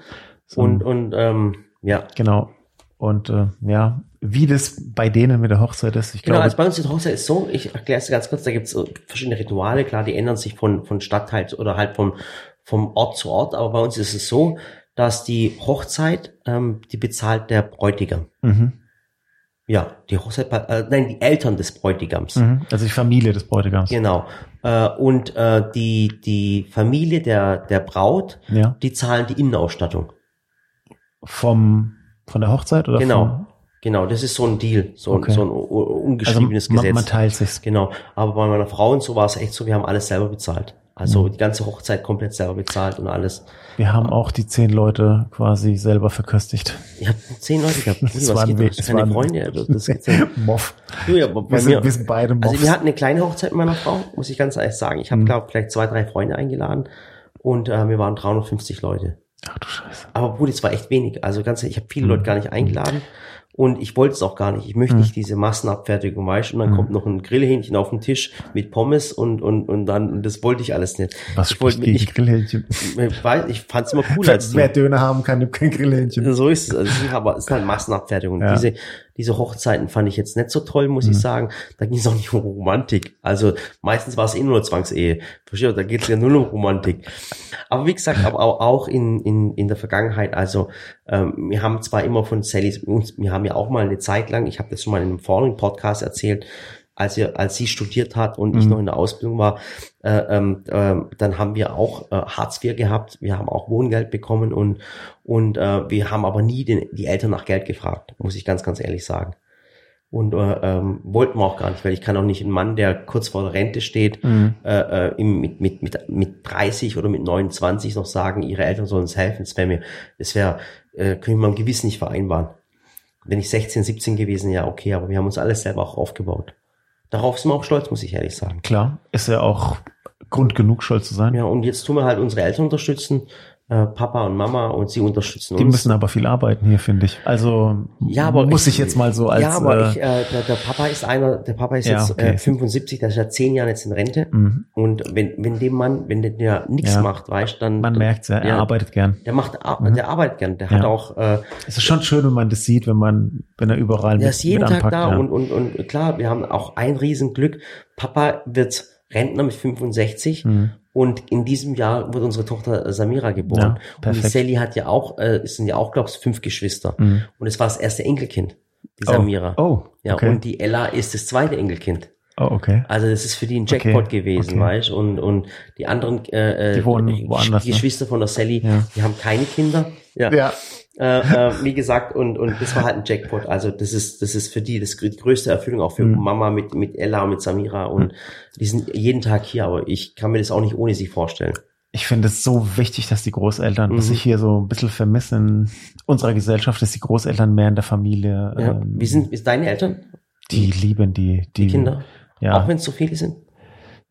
S1: und und ähm, ja.
S2: Genau. Und äh, ja, wie das bei denen mit der Hochzeit ist, ich
S1: Genau,
S2: glaube,
S1: also bei uns in der Hochzeit ist so, ich erkläre es dir ganz kurz, da gibt's äh, verschiedene Rituale, klar, die ändern sich von, von Stadtteil zu- oder halt vom, vom Ort zu Ort, aber bei uns ist es so, dass die Hochzeit, ähm, die bezahlt der Bräutigam.
S2: mhm,
S1: Ja, die Hochzeit, be- äh, nein, die Eltern des Bräutigams.
S2: mhm, also die Familie des Bräutigams.
S1: Genau. Äh, und äh, die, die Familie der, der Braut,
S2: Ja.
S1: die zahlen die Innenausstattung.
S2: Vom von der Hochzeit oder
S1: Genau,
S2: Vom, also
S1: genau, das ist so ein Deal, so,
S2: Okay.
S1: ein, so ein u- u-
S2: also
S1: ungeschriebenes
S2: man,
S1: Gesetz.
S2: man teilt sich.
S1: genau, aber bei meiner Frau und so war es echt so, wir haben alles selber bezahlt. Also
S2: Mhm.
S1: die ganze Hochzeit komplett selber bezahlt und alles.
S2: Wir haben auch die zehn Leute quasi selber verköstigt.
S1: Ich habe zehn Leute gehabt.
S2: Das
S1: was
S2: waren
S1: geht
S2: wir-
S1: das?
S2: das
S1: Keine
S2: waren-
S1: Freunde. Das, das gibt's ja nicht.
S2: Moff.
S1: Du, ja, bei
S2: Wir sind,
S1: mir,
S2: wir sind beide Moffs.
S1: also wir hatten eine kleine Hochzeit mit meiner Frau, muss ich ganz ehrlich sagen. Ich
S2: Mhm.
S1: habe, glaube vielleicht zwei, drei Freunde eingeladen und äh, wir waren 350 Leute.
S2: Ach du Scheiße. Mhm.
S1: Aber Bruder, es war echt wenig. Also ganz ehrlich, ich habe viele Leute gar nicht eingeladen und ich wollte es auch gar nicht. Ich möchte nicht diese Massenabfertigung, weißt du? Und dann
S2: Mhm.
S1: kommt noch ein Grillhähnchen auf den Tisch mit Pommes und und und dann und das wollte ich alles nicht.
S2: Was
S1: ich wollte
S2: spricht gegen
S1: ich,
S2: Grillhähnchen?
S1: ich weiß, ich fand es immer cooler
S2: Wer,
S1: als
S2: wer
S1: du.
S2: Döner haben kann, nimmt kein Grillhähnchen.
S1: So ist es. Also, es sind aber es sind halt Massenabfertigungen.
S2: Ja.
S1: Diese diese Hochzeiten fand ich jetzt nicht so toll, muss ich sagen. Da ging es auch nicht um Romantik. Also meistens war es eh nur Zwangsehe. Verstehst du? Da geht es ja nur um Romantik. Aber wie gesagt, aber auch, auch in, in, in der Vergangenheit, also ähm, wir haben zwar immer von Sallys, uns- wir haben ja auch mal eine Zeit lang, ich habe das schon mal in einem vorigen Podcast erzählt, als, ihr, als sie studiert hat und ich noch in der Ausbildung war, äh, ähm, ähm, dann haben wir auch äh, Hartz IV gehabt, wir haben auch Wohngeld bekommen und, und äh, wir haben aber nie den, die Eltern nach Geld gefragt, muss ich ganz, ganz ehrlich sagen. Und äh, ähm, wollten wir auch gar nicht, weil ich kann auch nicht einen Mann, der kurz vor der Rente steht, äh, äh, ihm mit, mit, mit, mit 30 oder mit 29 noch sagen, ihre Eltern sollen uns helfen. Das wäre mir, das wäre, äh, können wir meinem Gewissen nicht vereinbaren. Wenn ich 16, 17 gewesen, ja, okay, aber wir haben uns alles selber auch aufgebaut. Darauf sind wir auch stolz, muss ich ehrlich sagen.
S2: Klar, ist ja auch Grund genug, stolz zu sein.
S1: Ja, und jetzt tun wir halt unsere Eltern unterstützen, äh, Papa und Mama, und sie unterstützen
S2: Die
S1: uns.
S2: müssen aber viel arbeiten hier, finde ich. Also
S1: Ja, aber
S2: muss ich jetzt mal so als.
S1: Ja, aber
S2: äh,
S1: ich, äh, der, der Papa ist einer, der Papa ist
S2: Ja,
S1: jetzt
S2: okay.
S1: äh, 75, der ist ja zehn Jahre jetzt in Rente.
S2: Mhm.
S1: Und wenn, wenn dem Mann, wenn der, der nichts
S2: Ja.
S1: macht, weißt dann.
S2: man
S1: dann,
S2: merkt's ja, er
S1: ja,
S2: arbeitet gern.
S1: Der macht, ar- der arbeitet gern. Der hat
S2: Mhm. Ja.
S1: auch, äh,
S2: Es ist schon schön, wenn man das sieht, wenn man, wenn er überall
S1: der ist jeden Tag da
S2: ja.
S1: und, und, und klar, wir haben auch ein Riesenglück. Papa wird Rentner mit 65
S2: Mhm.
S1: und in diesem Jahr wird unsere Tochter äh, Samira geboren.
S2: Ja,
S1: und die
S2: perfekt.
S1: Sally hat ja auch, äh, es sind ja auch, glaube ich, fünf Geschwister.
S2: Mhm.
S1: Und es war das erste Enkelkind, die
S2: Oh,
S1: Samira.
S2: Oh,
S1: Ja,
S2: okay.
S1: und die Ella ist das zweite Enkelkind.
S2: oh, okay.
S1: Also das ist für die ein Jackpot
S2: Okay,
S1: gewesen,
S2: okay.
S1: weißt Und und die anderen äh,
S2: Die wohnen
S1: äh,
S2: woanders, ne?
S1: Geschwister von der Sally,
S2: Ja.
S1: die haben keine Kinder. Ja. Äh, äh, wie gesagt, und und das war halt ein Jackpot. Also das ist das ist für die das gr- die größte Erfüllung auch
S2: Mhm.
S1: für Mama mit mit Ella und mit Samira und die sind jeden Tag hier, aber ich kann mir das auch nicht ohne sie vorstellen.
S2: Ich finde es so wichtig, dass die Großeltern, was
S1: Mhm.
S2: ich hier so ein bisschen vermisse in unserer Gesellschaft, dass die Großeltern mehr in der Familie,
S1: Ja.
S2: ähm,
S1: Wie sind ist deine Eltern,
S2: die lieben die, die,
S1: Kinder?
S2: Ja,
S1: Auch wenn es so viele sind.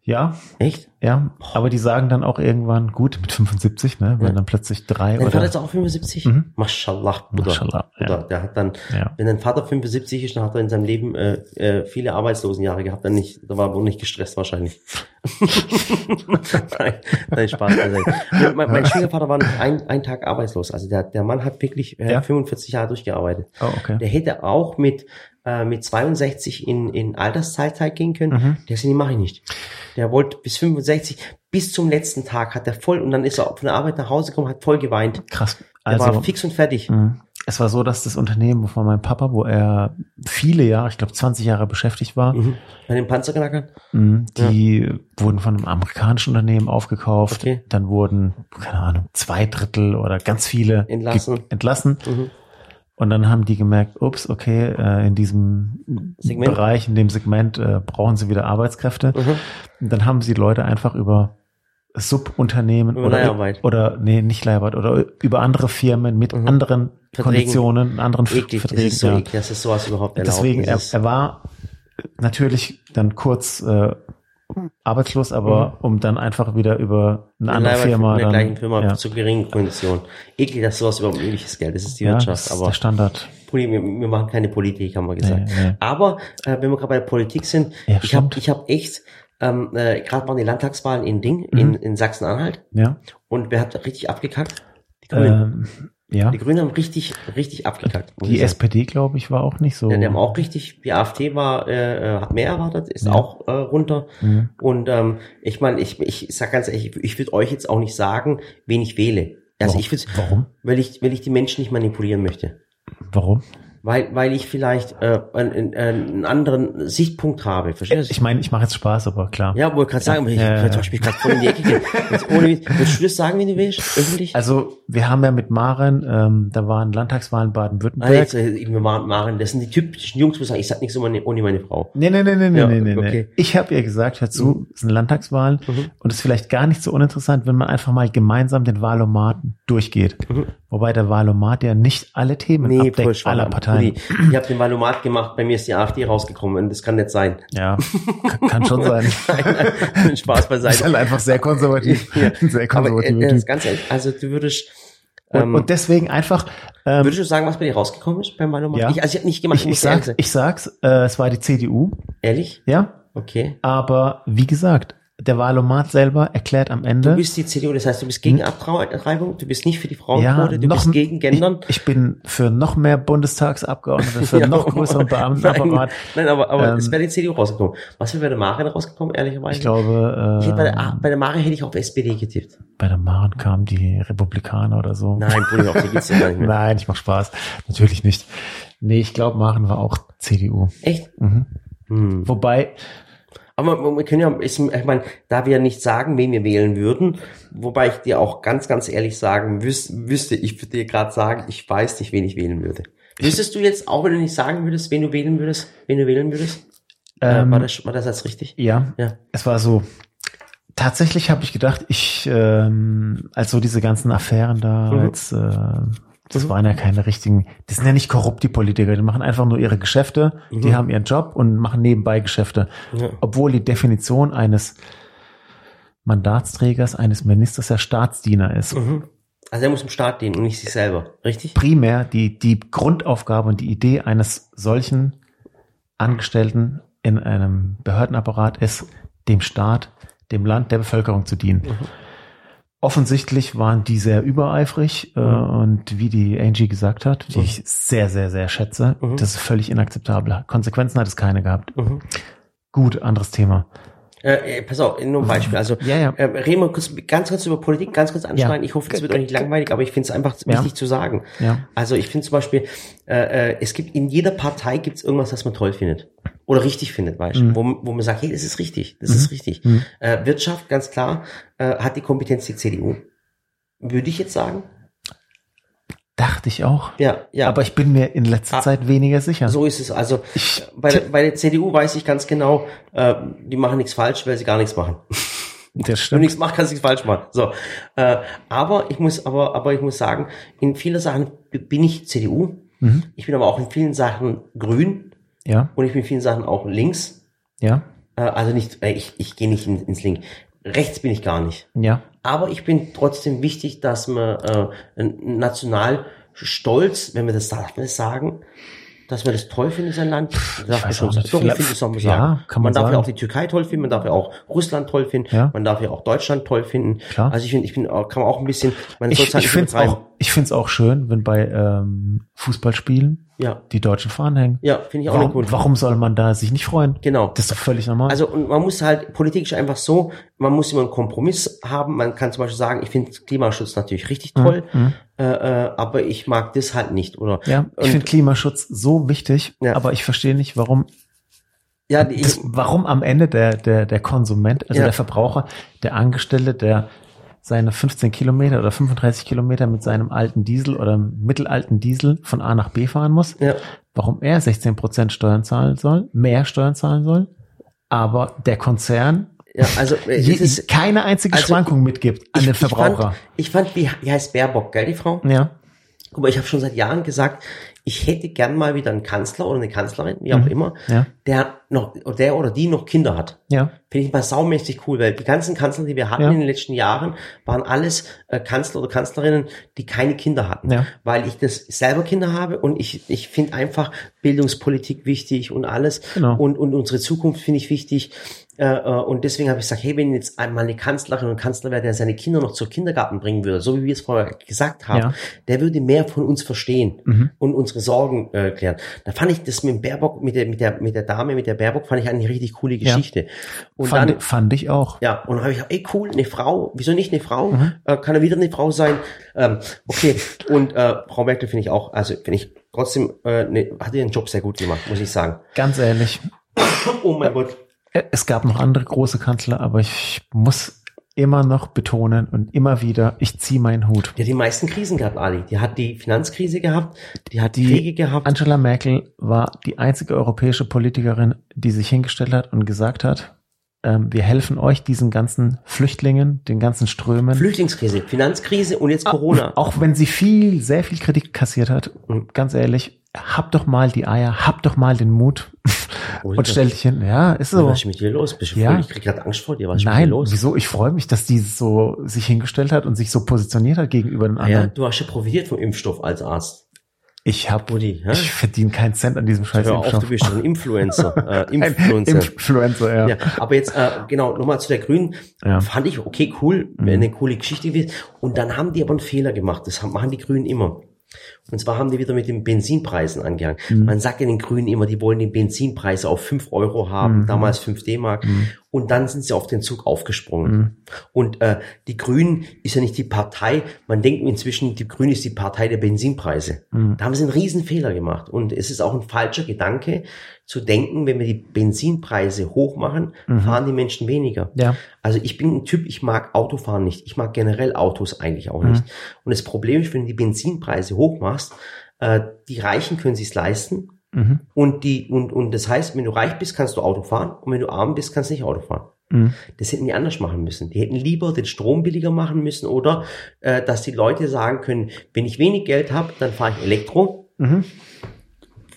S2: Ja,
S1: Echt?
S2: ja. Aber die sagen dann auch irgendwann, gut, mit 75, ne, wenn
S1: Ja.
S2: dann plötzlich drei
S1: Dein Vater
S2: oder.
S1: ist auch 75?
S2: Mhm.
S1: Mashallah, Bruder.
S2: Mashallah, ja.
S1: Bruder. Der hat dann,
S2: Ja.
S1: wenn dein Vater 75 ist, dann hat er in seinem Leben äh, äh, viele Arbeitslosenjahre gehabt. Dann nicht, da war er wohl nicht gestresst wahrscheinlich. nein, nein, Spaß. beiseite. Und mein, mein Schwiegervater war nicht ein, ein Tag arbeitslos. Also der, der Mann hat wirklich äh,
S2: Ja.
S1: 45 Jahre durchgearbeitet.
S2: Oh, okay.
S1: Der hätte auch mit, äh, mit 62 in, in Alterszeitzeit gehen können.
S2: Mhm.
S1: Der sagt, nee, mache ich nicht. Der wollte bis 65, bis zum letzten Tag hat er voll, und dann ist er von der Arbeit nach Hause gekommen, hat voll geweint.
S2: Krass.
S1: Der
S2: Also,
S1: war fix und fertig.
S2: Mhm. Es war so, dass das Unternehmen von meinem Papa, wo er viele Jahre, ich glaube 20 Jahre beschäftigt war,
S1: Mhm. Bei den Panzerknackern?
S2: Mhm, Die wurden von einem amerikanischen Unternehmen aufgekauft.
S1: Okay.
S2: Dann wurden, keine Ahnung, zwei Drittel oder ganz viele
S1: Entlassen.
S2: ge- entlassen.
S1: Mhm.
S2: Und dann haben die gemerkt, ups, okay, äh, in diesem
S1: Segment.
S2: Bereich, in dem Segment äh, brauchen sie wieder Arbeitskräfte.
S1: Mhm.
S2: Und dann haben sie Leute einfach über Subunternehmen
S1: Über
S2: oder,
S1: Leiharbeit.
S2: oder nee, nicht Leiharbeit, oder über andere Firmen mit
S1: Mhm.
S2: anderen
S1: Verträgen.
S2: Konditionen, anderen F-
S1: Eklig. Das ist so
S2: ja.
S1: eklig, dass es sowas überhaupt erlaubt
S2: Deswegen, er,
S1: ist.
S2: er war natürlich dann kurz äh, arbeitslos, aber um dann einfach wieder über eine andere
S1: Leider Mhm.
S2: Firma.
S1: in der
S2: dann,
S1: gleichen Firma
S2: ja,
S1: zu geringen Konditionen. Eklig, dass sowas überhaupt möglich ist, Geld. Das ist die
S2: ja, das
S1: Wirtschaft.
S2: ist
S1: Aber
S2: der Standard.
S1: Poli- wir, wir machen keine Politik, haben wir gesagt.
S2: Nee, nee.
S1: Aber äh, wenn wir gerade bei der Politik sind,
S2: Ja,
S1: ich habe
S2: stimmt.
S1: ich hab echt, ähm, äh, gerade waren die Landtagswahlen in Ding,
S2: Mhm.
S1: in, in Sachsen-Anhalt.
S2: Ja,
S1: Und wer hat richtig abgekackt? Die Grünen.
S2: ähm, ja.
S1: die Grünen haben richtig, richtig abgekackt. muss
S2: Die
S1: ich sagen.
S2: SPD, glaube ich, war auch nicht so.
S1: Ja, die haben auch richtig, die AfD war, äh, äh, hat mehr erwartet, ist
S2: Ja.
S1: auch äh, runter.
S2: Mhm.
S1: Und ähm, ich meine, ich, ich sag ganz ehrlich, ich, ich würde euch jetzt auch nicht sagen, wen ich wähle. Also
S2: Warum?
S1: ich würde,
S2: Warum?
S1: weil ich, weil ich die Menschen nicht manipulieren möchte.
S2: Warum?
S1: Weil, weil ich vielleicht äh, einen, einen- einen anderen Sichtpunkt habe. Verstehst du?
S2: Ich meine, ich mache jetzt Spaß, aber klar.
S1: also Ja, wollte gerade sagen, ich,
S2: Ja, ja,
S1: ich,
S2: ja.
S1: ich mich gerade voll in die Ecke gehen. Jetzt ohne, Witz. willst du das sagen, wenn du willst? Öffentlich?
S2: Also, wir haben ja mit Maren, ähm, da waren Landtagswahlen
S1: Ah,
S2: Baden-Württemberg.
S1: jetzt, äh, wir machen, machen, das sind die typischen Jungs, muss ich sagen, ich sag nichts ohne, ohne meine Frau.
S2: Nee, nee, nee, nee, nee,
S1: Ja,
S2: nee, nee.
S1: okay.
S2: Ich habe ihr gesagt, hör zu, es sind Landtagswahlen
S1: Mhm.
S2: und es ist vielleicht gar nicht so uninteressant, wenn man einfach mal gemeinsam den Wahlomaten durchgeht.
S1: Mhm.
S2: Wobei der Wahlomat ja nicht alle Themen abdeckt,
S1: schwach.
S2: aller Parteien.
S1: Uli, Ich habe den Valomat gemacht, bei mir ist die AfD rausgekommen und das kann nicht sein.
S2: Ja, kann- kann schon sein.
S1: Nein, nein, Spaß
S2: Ist
S1: beiseite.
S2: halt einfach sehr konservativ.
S1: Ja.
S2: Ein Sehr
S1: Aber äh,
S2: konservativer
S1: das
S2: Typ.
S1: ganz ehrlich, also du würdest,
S2: Und,
S1: ähm,
S2: und deswegen einfach, ähm,
S1: würdest du sagen, was bei dir rausgekommen ist beim Valomat?
S2: Ja.
S1: Ich, also ich habe nicht gemacht,
S2: ich, ich,
S1: muss ehrlich
S2: sag's,
S1: sein.
S2: ich sag's, äh, es war die CDU,
S1: Ehrlich?
S2: ja,
S1: Okay.
S2: aber wie gesagt, der Wahlomat selber erklärt am
S1: Du
S2: Ende,
S1: bist die CDU, das heißt, du bist gegen Abtreibung, du bist nicht für die Frauenquote, du
S2: Hm. noch-
S1: bist gegen Gendern.
S2: Ich, ich bin für noch mehr Bundestagsabgeordnete, für
S1: Ja.
S2: noch größeren
S1: Nein,
S2: Beamtenapparat.
S1: nein, aber, aber
S2: Ähm,
S1: es wäre die CDU rausgekommen. Was wäre bei der Maren rausgekommen, ehrlicherweise?
S2: Ich glaube,
S1: Ich
S2: äh,
S1: hätte bei, der, A- bei der Maren hätte ich auf SPD getippt.
S2: bei der Maren kamen die Republikaner oder so.
S1: Nein, Bruder, auf die geht's ja gar nicht mehr.
S2: Nein, ich mach Spaß. Natürlich nicht. Nee, ich glaube, Maren war auch CDU.
S1: Echt?
S2: Mhm.
S1: Hm.
S2: Wobei,
S1: Aber wir- wir können ja, ist, ich meine, da wir nicht sagen, wen wir wählen würden, wobei ich dir auch ganz, ganz ehrlich sagen wüs wüsste, ich würde dir gerade sagen, ich weiß nicht, wen ich wählen würde. Wüsstest du jetzt auch, wenn du nicht sagen würdest, wen du wählen würdest, wen du wählen würdest? äh,
S2: ähm,
S1: war, das, war das jetzt richtig?
S2: ja,
S1: Ja.
S2: es war so. Tatsächlich habe ich gedacht, ich, ähm, als so diese ganzen Affären da,
S1: Mhm.
S2: als, äh, das
S1: Mhm.
S2: waren ja keine richtigen, das sind ja nicht korrupt, die Politiker, die machen einfach nur ihre Geschäfte, die
S1: Mhm.
S2: haben ihren Job und machen nebenbei Geschäfte.
S1: ja.
S2: Obwohl die Definition eines Mandatsträgers, eines Ministers ja Staatsdiener ist.
S1: Mhm. Also er muss dem Staat dienen und nicht sich selber, richtig?
S2: primär die, die Grundaufgabe und die Idee eines solchen Angestellten in einem Behördenapparat ist, dem Staat, dem Land, der Bevölkerung zu dienen. Offensichtlich waren die sehr übereifrig äh, und wie die Angie gesagt hat, die ich sehr, sehr, sehr schätze,
S1: Mhm.
S2: das ist völlig inakzeptabel. Konsequenzen hat es keine gehabt.
S1: Mhm.
S2: Gut, anderes Thema.
S1: Äh, äh, pass auf, nur ein Beispiel. Also
S2: Ja, ja.
S1: Äh, reden wir kurz, ganz kurz über Politik, ganz kurz anschneiden. Ich hoffe, es wird euch nicht langweilig, aber ich finde es einfach
S2: Ja.
S1: wichtig zu sagen.
S2: Ja.
S1: Also ich finde zum Beispiel, äh, äh, es gibt in jeder Partei gibt es irgendwas, das man toll findet oder richtig findet, weißt du, wo, wo man sagt, hey, das ist richtig, das ist richtig.
S2: Mhm.
S1: Äh, Wirtschaft, ganz klar, äh, hat die Kompetenz die CDU. Würde ich jetzt sagen?
S2: Dachte ich auch.
S1: Ja, ja.
S2: Aber ich bin mir in letzter
S1: Ah.
S2: Zeit weniger sicher.
S1: so ist es. Also
S2: Ich-
S1: bei, der- bei der CDU weiß ich ganz genau, äh, die machen nichts falsch, weil sie gar nichts machen.
S2: das
S1: Wenn du
S2: stimmt.
S1: nichts machst, kannst du nichts falsch machen. So, äh, aber ich muss, aber, aber ich muss sagen, in vielen Sachen bin ich CDU.
S2: Mhm.
S1: Ich bin aber auch in vielen Sachen grün
S2: Ja,
S1: und ich bin in vielen Sachen auch links.
S2: ja.
S1: Äh, also nicht, äh, ich, ich gehe nicht in, ins Link. Rechts bin ich gar nicht.
S2: Ja.
S1: Aber ich bin trotzdem wichtig, dass man äh, national stolz, wenn wir das, darf man das sagen, dass man das toll findet, sein Land. Das darf man
S2: weiß
S1: schon
S2: auch nicht.
S1: Doch, ich
S2: Vielleicht-
S1: finde, das soll man
S2: ja,
S1: sagen.
S2: kann man
S1: darf
S2: sagen.
S1: ja auch die Türkei toll finden, man darf ja auch Russland toll finden,
S2: Ja.
S1: man darf ja auch Deutschland toll finden.
S2: Klar.
S1: Also ich finde, ich bin, auch- kann man auch ein bisschen, man
S2: Ich,
S1: soll's halt
S2: ich
S1: nicht
S2: finde es
S1: übertreiben.
S2: auch, ich find's auch schön, wenn bei ähm, Fußballspielen
S1: Ja,
S2: die deutschen Fahnen hängen.
S1: ja, finde ich auch
S2: warum,
S1: nicht gut.
S2: warum soll man da sich nicht freuen?
S1: Genau.
S2: Das ist doch völlig normal.
S1: Also und man muss halt, Politik ist einfach so, man muss immer einen Kompromiss haben. Man kann zum Beispiel sagen, ich finde Klimaschutz natürlich richtig toll,
S2: Mhm.
S1: äh, äh, aber ich mag das halt nicht. Oder
S2: Ja, ich
S1: Und-
S2: finde Klimaschutz so wichtig,
S1: Ja.
S2: aber ich verstehe nicht, warum,
S1: ja, die-
S2: das, warum am Ende der, der, der Konsument, also
S1: Ja.
S2: der Verbraucher, der Angestellte, der seine 15 Kilometer oder 35 Kilometer mit seinem alten Diesel oder mittelalten Diesel von A nach B fahren muss,
S1: ja,
S2: warum er 16 Prozent Steuern zahlen soll, mehr Steuern zahlen soll, aber der Konzern
S1: ja, also äh,
S2: je,
S1: es ist,
S2: keine einzige
S1: also,
S2: Schwankung mitgibt an den Verbraucher. Mhm.
S1: Ich fand, ich fand wie, wie heißt Baerbock, gell, die Frau?
S2: ja,
S1: Guck mal, ich habe schon seit Jahren gesagt, ich hätte gern mal wieder einen Kanzler oder eine Kanzlerin, wie
S2: Mhm.
S1: auch immer,
S2: ja,
S1: der noch, der oder die noch Kinder hat.
S2: ja,
S1: Finde ich mal saumäßig cool, weil die ganzen Kanzler, die wir hatten
S2: Ja.
S1: in den letzten Jahren, waren alles äh, Kanzler oder Kanzlerinnen, die keine Kinder hatten.
S2: Ja.
S1: Weil ich das selber Kinder habe und ich, ich finde einfach Bildungspolitik wichtig und alles.
S2: Genau.
S1: Und, und unsere Zukunft finde ich wichtig. Äh, äh, und deswegen habe ich gesagt, hey, wenn jetzt einmal eine Kanzlerin und Kanzler wäre, der seine Kinder noch zur Kindergarten bringen würde, so wie wir es vorher gesagt haben,
S2: Ja.
S1: der würde mehr von uns verstehen
S2: Mhm.
S1: und unsere Sorgen äh, klären. Da fand ich das mit dem Baerbock, mit der, mit der, mit der Dame, mit der Baerbock, fand ich eine richtig coole
S2: Ja.
S1: Geschichte. Und
S2: fand,
S1: dann,
S2: fand ich auch.
S1: ja, und dann habe ich gedacht, ey cool, eine Frau, wieso nicht eine Frau?
S2: Mhm.
S1: Äh, kann ja wieder eine Frau sein. Ähm, okay, und äh, Frau Merkel finde ich auch, also finde ich trotzdem, äh, ne, hat ihren Job sehr gut gemacht, muss ich sagen.
S2: Ganz ehrlich,
S1: Oh mein Gott.
S2: Es gab noch andere große Kanzler, aber ich muss immer noch betonen und immer wieder, ich ziehe meinen Hut.
S1: Die hat die meisten Krisen gehabt, Ali. Die hat die Finanzkrise gehabt, die hat
S2: Die
S1: Kriege gehabt.
S2: Angela Merkel war die einzige europäische Politikerin, die sich hingestellt hat und gesagt hat, ähm, wir helfen euch diesen ganzen Flüchtlingen, den ganzen Strömen.
S1: Flüchtlingskrise, Finanzkrise und
S2: Ah.
S1: jetzt Ah, Corona.
S2: Auch wenn sie viel, sehr viel Kritik kassiert hat,
S1: Mhm.
S2: ganz ehrlich, habt doch mal die Eier, habt doch mal den Mut und stellt dich hin. Ja, ist so.
S1: Was ist mit dir los? Bist du
S2: Ja.
S1: voll, ich krieg gerade Angst vor dir. Was ist mit dir
S2: Nein,
S1: los?
S2: wieso? Ich freue mich, dass die so sich hingestellt hat und sich so positioniert hat gegenüber den
S1: Ah, ja,
S2: anderen.
S1: du hast ja profitiert vom Impfstoff als Arzt.
S2: Ich habe,
S1: Buddy, hä?
S2: ich verdiene keinen Cent an diesem scheiß
S1: ne? Hör auf, du
S2: Impfstoff.
S1: bist doch ein Influencer. Äh,
S2: Ein
S1: Influencer.
S2: Influencer, ja.
S1: ja, aber jetzt, äh, genau, nochmal zu der Grünen.
S2: Ja. Mhm.
S1: Fand ich, okay, cool, wäre eine coole Geschichte gewesen. Und dann haben die aber einen Fehler gemacht. Das haben, machen die Grünen immer. Und zwar haben die wieder mit den Benzinpreisen angegangen.
S2: Mhm.
S1: Man sagt ja den Grünen immer, die wollen den Benzinpreis auf 5 Euro
S2: Mhm.
S1: haben, damals 5 D-Mark. Und dann sind sie auf den Zug aufgesprungen.
S2: Mhm.
S1: Und äh, die Grünen ist ja nicht die Partei, man denkt inzwischen, die Grünen ist die Partei der Benzinpreise. Da haben sie einen riesen Fehler gemacht. Und es ist auch ein falscher Gedanke zu denken, wenn wir die Benzinpreise hoch machen, fahren die Menschen weniger.
S2: Ja.
S1: Also ich bin ein Typ, ich mag Autofahren nicht. Ich mag generell Autos eigentlich auch nicht. Und das Problem ist, wenn du die Benzinpreise hoch machst, äh, die Reichen können sich's leisten.
S2: Mhm.
S1: Und die, und, und das heißt, wenn du reich bist, kannst du Auto fahren. Und wenn du arm bist, kannst du nicht Auto fahren.
S2: Mhm.
S1: Das hätten die anders machen müssen. Die hätten lieber den Strom billiger machen müssen oder äh, dass die Leute sagen können, wenn ich wenig Geld habe, dann fahre ich Elektro.
S2: Mhm.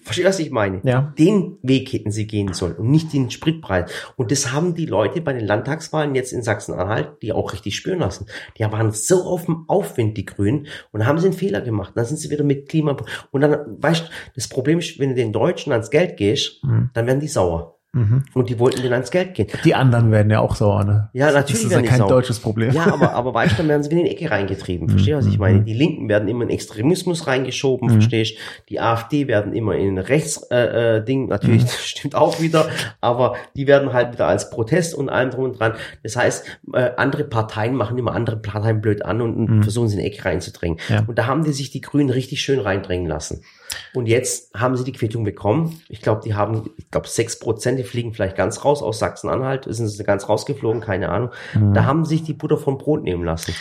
S1: Verstehst du, was ich meine?
S2: Ja.
S1: Den Weg hätten sie gehen sollen und nicht den Spritpreis. Und das haben die Leute bei den Landtagswahlen jetzt in Sachsen-Anhalt, die auch richtig spüren lassen. Die waren so auf dem Aufwind, die Grünen, und da haben sie einen Fehler gemacht. Dann sind sie wieder mit Klima. Und dann, weißt du, das Problem ist, wenn du den Deutschen ans Geld gehst,
S2: Mhm.
S1: dann werden die sauer.
S2: Mhm.
S1: Und die wollten denen ans Geld gehen.
S2: Die anderen werden ja auch sauer, ne?
S1: Ja, natürlich
S2: Das ist ja
S1: werden die
S2: kein
S1: sauer.
S2: deutsches Problem.
S1: Ja, aber, aber weißt du, dann werden sie wieder in die Ecke reingetrieben. Verstehst du, was ich meine? Die Linken werden immer in Extremismus reingeschoben, verstehst du? Die AfD werden immer in Rechts äh, äh, Ding, natürlich, das stimmt auch wieder, aber die werden halt wieder als Protest und allem drum und dran. Das heißt, äh, andere Parteien machen immer andere Parteien blöd an und, und versuchen sie in die Ecke reinzudrängen.
S2: Ja.
S1: Und da haben die sich die Grünen richtig schön reindrängen lassen. Und jetzt haben sie die Quittung bekommen. Ich glaube, die haben, ich glaube, sechs Prozent, die fliegen vielleicht ganz raus aus Sachsen-Anhalt, sind sie ganz rausgeflogen, keine Ahnung.
S2: Mhm.
S1: Da haben sich die Butter vom Brot nehmen lassen.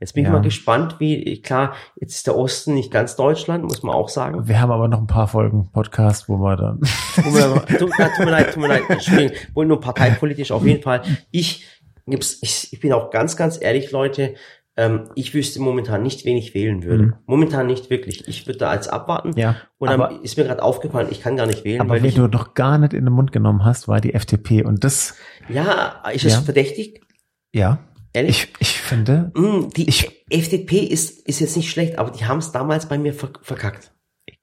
S1: Jetzt bin
S2: Ja.
S1: ich mal gespannt, wie, klar, jetzt ist der Osten nicht ganz Deutschland, muss man auch sagen.
S2: Wir haben aber noch ein paar Folgen Podcast, wo wir dann.
S1: Tut mir, tut, na, tut mir leid, tut mir leid, Entschuldigung, wohl nur parteipolitisch auf jeden Fall. Ich, gibt's- ich, ich bin auch ganz, ganz ehrlich, Leute, äh, ähm, ich wüsste momentan nicht, wen ich wählen würde.
S2: Mhm.
S1: Momentan nicht wirklich. Ich würde da jetzt abwarten.
S2: Ja,
S1: Und dann
S2: aber,
S1: ist mir gerade aufgefallen, ich kann gar nicht wählen,
S2: aber
S1: weil
S2: wen
S1: ich,
S2: du noch gar nicht in den Mund genommen hast, war die FDP. Und das,
S1: ja, ist es
S2: Ja.
S1: verdächtig?
S2: ja,
S1: Ehrlich?
S2: ich, ich finde,
S1: Mm, die
S2: Ich-
S1: FDP ist, ist jetzt nicht schlecht, aber die haben es damals bei mir ver verkackt.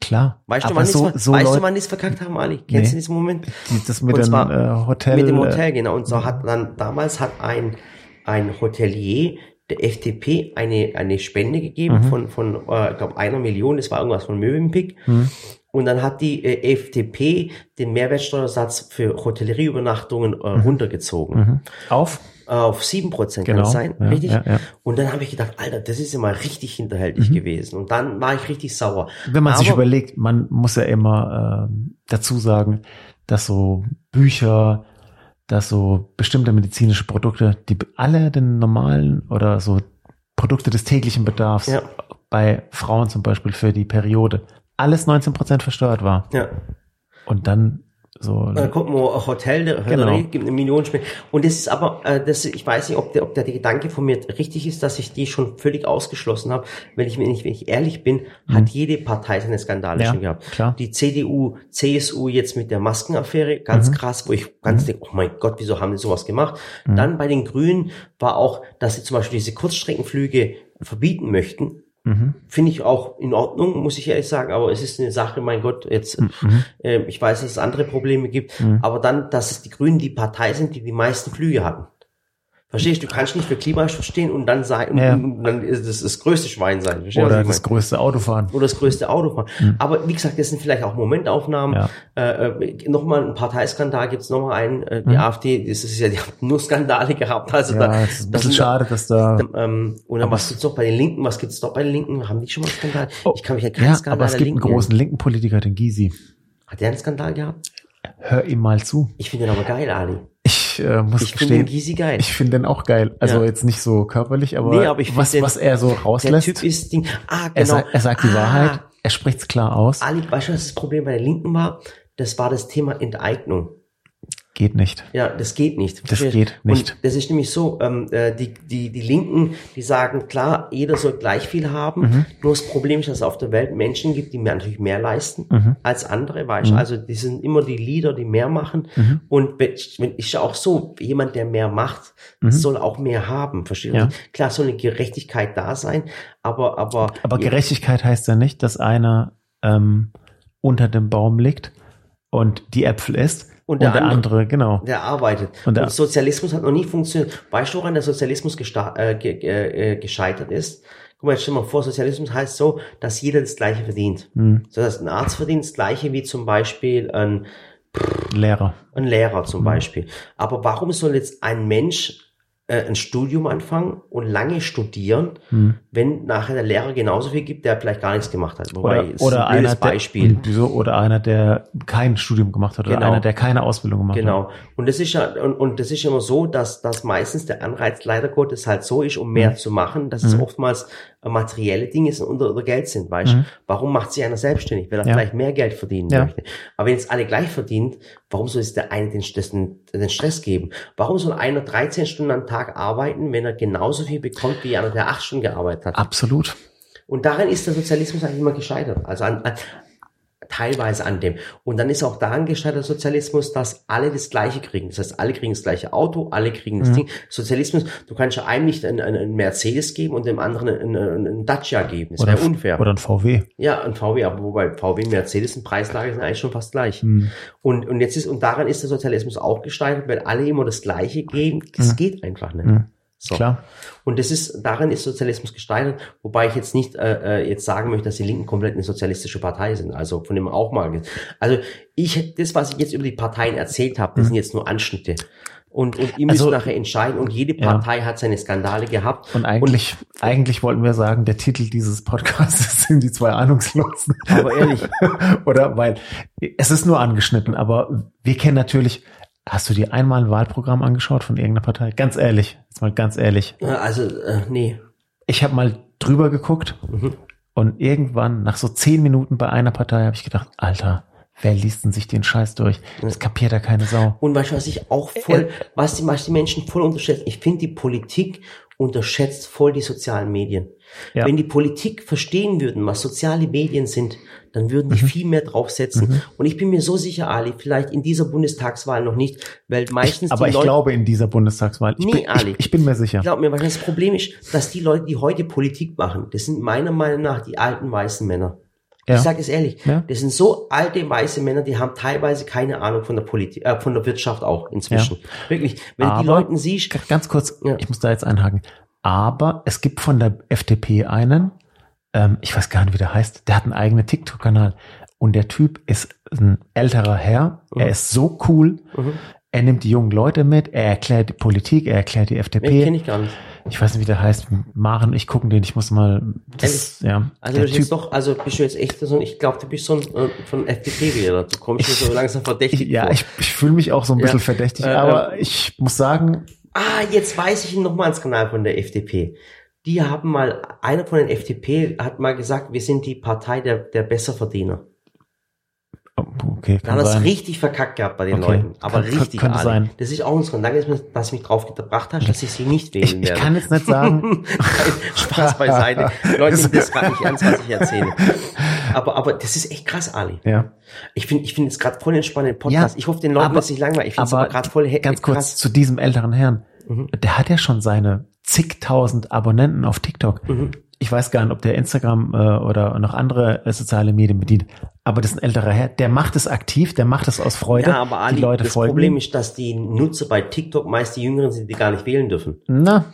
S2: klar.
S1: Weißt du,
S2: aber
S1: wann
S2: so,
S1: die
S2: so
S1: weißt
S2: Leute,
S1: du, wann die es verkackt haben, Ali? Kennst
S2: Nee.
S1: du diesen Moment?
S2: die das mit
S1: und
S2: dem
S1: zwar
S2: äh, Hotel,
S1: Mit dem
S2: äh,
S1: Hotel, genau. Und so hat dann, damals hat ein, ein Hotelier der FDP eine, eine Spende gegeben
S2: Mhm.
S1: von, von, äh, ich glaube, einer Million, das war irgendwas von Möwenpick.
S2: hm,
S1: Und dann hat die äh, FDP den Mehrwertsteuersatz für Hotellerieübernachtungen äh, runtergezogen.
S2: mhm. auf,
S1: Äh, auf 7%
S2: genau,
S1: kann es sein,
S2: ja,
S1: richtig?
S2: Ja, Mhm. ja.
S1: Und dann habe ich gedacht, Alter, das ist ja mal richtig hinterhältig gewesen. Und dann war ich richtig sauer.
S2: Wenn man sich
S1: Aber-
S2: überlegt, man muss ja immer ähm, dazu sagen, dass so Bücher, dass so bestimmte medizinische Produkte, die alle den normalen oder so Produkte des täglichen Bedarfs
S1: Ja.
S2: bei Frauen zum Beispiel für die Periode, alles 19% versteuert war.
S1: Ja.
S2: Und dann so, ne,
S1: Dann kommt man Äh, ein Hotel, der
S2: Genau.
S1: Hotellerie gibt eine Million Spenden. Und das ist aber, äh, das, ich weiß nicht, ob der, ob der Gedanke von mir richtig ist, dass ich die schon völlig ausgeschlossen habe. Wenn ich mir nicht, wenn ich ehrlich bin, hat jede Partei seine Skandale
S2: Mhm. Ja,
S1: schon gehabt.
S2: klar.
S1: Die CDU, CSU jetzt mit der Maskenaffäre,
S2: Mhm.
S1: ganz krass, wo ich ganz denke, oh mein Gott, wieso haben die sowas gemacht?
S2: Mhm.
S1: Dann bei den Grünen war auch, dass sie zum Beispiel diese Kurzstreckenflüge verbieten möchten.
S2: Mhm.
S1: Finde ich auch in Ordnung, muss ich ehrlich sagen, aber es ist eine Sache, mein Gott, jetzt,
S2: Mhm.
S1: ähm, ich weiß, dass es andere Probleme gibt,
S2: Mhm.
S1: aber dann, dass es die Grünen die Partei sind, die die meisten Flüge hatten. Verstehst du? Du kannst nicht für Klimaschutz stehen und dann sein,
S2: Ja.
S1: und dann ist das das größte Schwein sein. Verstehst du, was
S2: oder
S1: ich
S2: das
S1: meine?
S2: größte Autofahren.
S1: Oder das größte Autofahren.
S2: Mhm.
S1: Aber wie gesagt, das sind vielleicht auch Momentaufnahmen.
S2: Ja.
S1: Äh, äh, nochmal ein Parteiskandal gibt's nochmal einen. Äh, die
S2: Mhm.
S1: AfD, das ist ja, die haben nur Skandale gehabt. Also
S2: ja,
S1: da,
S2: es ist ein
S1: das
S2: bisschen
S1: sind-
S2: schade, dass da.
S1: ähm, und dann
S2: Aber
S1: was gibt's noch bei den Linken? Was gibt's noch bei den Linken? Haben die schon mal einen Skandal?
S2: Oh.
S1: Ich kann mich an keinen
S2: Ja,
S1: Skandal
S2: aber es
S1: der
S2: gibt einen
S1: Linken
S2: großen linken Politiker, den Gysi.
S1: erinnern. Hat der einen Skandal gehabt?
S2: Hör ihm mal zu.
S1: Ich finde den aber geil, Ali.
S2: Ich äh, muss
S1: Ich finde den
S2: gestehen,
S1: Gysi geil.
S2: Ich finde den auch geil. Also
S1: Ja.
S2: jetzt nicht so körperlich, aber,
S1: Nee, aber ich find
S2: was,
S1: den-
S2: was er so
S1: Der
S2: rauslässt.
S1: Typ ist Ding. Ah,
S2: er,
S1: genau.
S2: sa- er sagt die
S1: Ah.
S2: Wahrheit, er spricht es klar aus.
S1: Ali, weißt du, was das Problem bei der Linken war? Das war das Thema Enteignung.
S2: Geht nicht.
S1: Ja, das geht nicht.
S2: Das
S1: Verstehst?
S2: geht nicht.
S1: Und das ist nämlich so, ähm, äh, die, die, die Linken, die sagen, klar, jeder soll gleich viel haben.
S2: Mhm.
S1: Nur das Problem ist, dass es auf der Welt Menschen gibt, die mehr, natürlich mehr leisten
S2: Mhm.
S1: als andere, weißt du? Also die sind immer die Leader, die mehr machen.
S2: Mhm.
S1: Und wenn wenn- ist ja auch so, jemand, der mehr macht, soll auch mehr haben, verstehst du?
S2: Mhm. Ja.
S1: Klar, soll eine Gerechtigkeit da sein, aber... Aber,
S2: Aber Gerechtigkeit heißt ja nicht, dass einer ähm, unter dem Baum liegt und die Äpfel isst und der, andere, genau.
S1: Der arbeitet.
S2: Und
S1: Und,
S2: der-
S1: Sozialismus hat noch nie funktioniert. Weißt du, woran der Sozialismus gesta- äh, ge ge äh, gescheitert ist? Guck mal, jetzt stell mal vor, Sozialismus heißt so, dass jeder das Gleiche verdient.
S2: Hm,
S1: So, dass ein Arzt verdient das Gleiche wie zum Beispiel ein,
S2: Lehrer.
S1: ein Lehrer zum
S2: Mhm.
S1: Beispiel. Aber warum soll jetzt ein Mensch äh, ein Studium anfangen und lange studieren,
S2: Hm.
S1: wenn nachher der Lehrer genauso viel gibt, der vielleicht gar nichts gemacht hat? Wobei,
S2: Oder,
S1: es ist
S2: oder
S1: ein blödes
S2: einer, der,
S1: Beispiel.
S2: hm, wieso? oder einer, der kein Studium gemacht hat oder
S1: Genau.
S2: einer, der keine Ausbildung gemacht hat.
S1: Genau. Und das ist ja, und, und das ist immer so, dass, dass meistens der Anreiz leider Gottes halt so ist, um mehr zu machen, dass es
S2: Mhm.
S1: oftmals äh, materielle Dinge sind und oder Geld sind, weißt du?
S2: Mhm.
S1: Warum macht sich einer selbstständig? Weil er
S2: Ja.
S1: vielleicht mehr Geld verdienen
S2: Ja.
S1: möchte. Aber wenn es alle gleich verdient, warum soll es der eine den, Stress- den, den Stress geben? Warum soll einer 13 Stunden am Tag arbeiten, wenn er genauso viel bekommt wie einer, der 8 Stunden gearbeitet hat?
S2: Absolut.
S1: Und daran ist der Sozialismus eigentlich immer gescheitert. Also an, an, teilweise an dem. Und dann ist auch daran gescheitert der Sozialismus, dass alle das Gleiche kriegen. Das heißt, alle kriegen das gleiche Auto, alle kriegen das
S2: Mhm.
S1: Ding. Sozialismus, du kannst ja einem nicht einen, einen, einen Mercedes geben und dem anderen einen, einen, einen Dacia geben. Das wäre unfair.
S2: Oder ein VW.
S1: ja, ein VW, aber wobei VW und Mercedes und Preislage sind eigentlich schon fast gleich.
S2: Hm.
S1: Und, und jetzt ist, und daran ist der Sozialismus auch gesteigert, weil alle immer das Gleiche geben. Das
S2: Mhm.
S1: geht einfach nicht.
S2: Mhm.
S1: So.
S2: Klar.
S1: Und das ist, darin ist Sozialismus gesteigert, wobei ich jetzt nicht äh, äh, jetzt sagen möchte, dass die Linken komplett eine sozialistische Partei sind. Also von dem auch mal. Also ich, das, was ich jetzt über die Parteien erzählt habe, das sind jetzt nur Anschnitte. Und, und ihr müsst
S2: Also-
S1: nachher entscheiden. Und jede
S2: Ja.
S1: Partei hat seine Skandale gehabt.
S2: Und eigentlich, eigentlich wollten wir sagen, der Titel dieses Podcasts sind die zwei Ahnungslosen.
S1: Aber ehrlich,
S2: Oder weil es ist nur angeschnitten, aber wir kennen natürlich. Hast du dir einmal ein Wahlprogramm angeschaut von irgendeiner Partei? Ganz ehrlich, jetzt mal ganz ehrlich.
S1: äh, also äh, nee.
S2: Ich habe mal drüber geguckt
S1: Mhm.
S2: und irgendwann nach so zehn Minuten bei einer Partei habe ich gedacht, Alter, Wer liest denn sich den Scheiß durch? Das kapiert ja keine Sau.
S1: Und weißt du, was ich
S2: Äh,
S1: auch voll, was die, was die Menschen voll unterschätzen? Ich finde, die Politik unterschätzt voll die sozialen Medien.
S2: Ja.
S1: Wenn die Politik verstehen würden, was soziale Medien sind, dann würden
S2: Mhm.
S1: die viel mehr draufsetzen. Und ich bin mir so sicher, Ali, vielleicht in dieser Bundestagswahl noch nicht, weil meistens
S2: Aber
S1: die
S2: ich
S1: Leute,
S2: glaube in dieser Bundestagswahl. Ich,
S1: Nee,
S2: bin,
S1: Ali.
S2: ich, ich bin mir sicher.
S1: glaub mir, weil das Problem ist, dass die Leute, die heute Politik machen, das sind meiner Meinung nach die alten weißen Männer.
S2: Ja.
S1: Ich sage es ehrlich,
S2: Ja.
S1: das sind so alte weiße Männer, die haben teilweise keine Ahnung von der Politik, äh, von der Wirtschaft auch inzwischen. Wirklich, wenn du die
S2: Aber-
S1: Leuten siehst,
S2: G- Ganz kurz,
S1: Ja.
S2: ich muss da jetzt einhaken. Aber es gibt von der FDP einen, ähm, ich weiß gar nicht, wie der heißt, der hat einen eigenen TikTok-Kanal. Und der Typ ist ein älterer Herr. Er
S1: Mhm.
S2: ist so cool.
S1: Mhm.
S2: Er nimmt die jungen Leute mit. Er erklärt die Politik. Er erklärt die
S1: den
S2: FDP.
S1: kenne
S2: Ich,
S1: ich gar nicht.
S2: weiß nicht, wie der heißt. Maren, ich gucken den. Ich muss mal. Das, ja,
S1: Also
S2: der
S1: du bist
S2: Typ.
S1: doch, also bist du jetzt echt so ein, ich glaube, du bist so ein äh, von FDP wähler Du kommst mir so langsam verdächtig
S2: Ja,
S1: vor.
S2: ich, ich fühle mich auch so ein
S1: Ja.
S2: bisschen verdächtig.
S1: Äh,
S2: aber ich muss sagen,
S1: Ah, jetzt weiß ich nochmal ans Kanal von der FDP. Die haben mal, einer von den FDP hat mal gesagt, wir sind die Partei der, der Besserverdiener.
S2: oh, okay,
S1: Da
S2: kann
S1: hat
S2: sein.
S1: es richtig verkackt gehabt bei den
S2: Okay.
S1: Leuten. Aber
S2: Kann-
S1: richtig,
S2: könnte
S1: Ali.
S2: sein.
S1: Das ist auch uns dran. Danke, dass du- dass du mich drauf gebracht hast, dass ich sie nicht wählen
S2: ich, ich
S1: werde.
S2: kann jetzt nicht sagen.
S1: Spaß beiseite. Leute, nehmen das gerade nicht ernst, was ich erzähle. Aber, aber das ist echt krass, Ali.
S2: ja.
S1: Ich finde ich find jetzt gerade voll den spannenden Podcast.
S2: Ja,
S1: ich hoffe, den Leuten
S2: aber-
S1: wird es nicht langweilig. Ich finde es aber gerade voll he-
S2: ganz kurz
S1: krass. Mhm.
S2: zu diesem älteren Herrn. Der hat ja schon seine zigtausend Abonnenten auf TikTok.
S1: Mhm.
S2: Ich weiß gar nicht, ob der Instagram äh, oder noch andere äh, soziale Medien bedient. Aber das ist ein älterer Herr. Der macht es aktiv, der macht es aus Freude.
S1: Ja, aber Ali,
S2: die Leute
S1: das
S2: folgen.
S1: Problem
S2: ihm.
S1: ist, dass die Nutzer bei TikTok meist die Jüngeren sind, die gar nicht wählen dürfen.
S2: Na,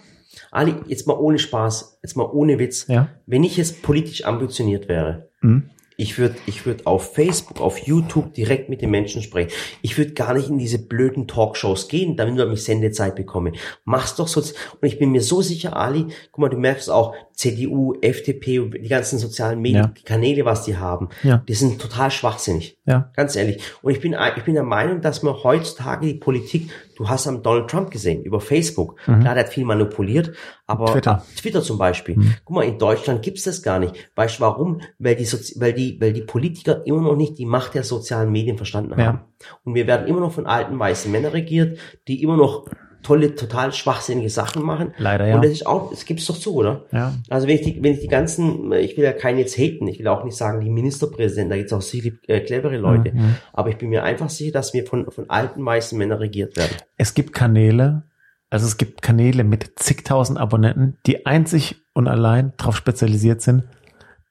S1: Ali, jetzt mal ohne Spaß, jetzt mal ohne Witz.
S2: ja.
S1: Wenn ich jetzt politisch ambitioniert wäre,
S2: Mhm.
S1: ich würde ich würd auf Facebook, auf YouTube direkt mit den Menschen sprechen. Ich würde gar nicht in diese blöden Talkshows gehen, damit ich mich Sendezeit bekomme. Mach's doch so. Und ich bin mir so sicher, Ali, guck mal, du merkst auch, CDU, FDP, und die ganzen sozialen Medien,
S2: Ja.
S1: die Kanäle, was die haben,
S2: Ja.
S1: die sind total schwachsinnig.
S2: Ja.
S1: Ganz ehrlich. Und ich bin, ich bin der Meinung, dass man heutzutage die Politik, du hast am Donald Trump gesehen, über Facebook. Klar, der hat viel manipuliert, aber
S2: Mhm.
S1: Äh,
S2: Twitter. Mhm.
S1: Twitter zum Beispiel. Guck mal, in Deutschland gibt's das gar nicht. Weißt du warum? Weil die, Sozi weil, die, weil die Politiker immer noch nicht die Macht der sozialen Medien verstanden
S2: Ja.
S1: haben. Und wir werden immer noch von alten weißen Männern regiert, die immer noch tolle, total schwachsinnige Sachen machen.
S2: Leider, ja.
S1: Und das ist auch, das gibt's doch zu, oder?
S2: Ja.
S1: Also wenn ich die, wenn ich die ganzen, äh, ich will ja keinen jetzt haten, ich will auch nicht sagen, die Ministerpräsidenten, da gibt's auch sicherlich äh, clevere Leute.
S2: Mhm.
S1: Aber ich bin mir einfach sicher, dass wir von, von alten weißen Männern regiert werden.
S2: Es gibt Kanäle, also es gibt Kanäle mit zigtausend Abonnenten, die einzig und allein darauf spezialisiert sind,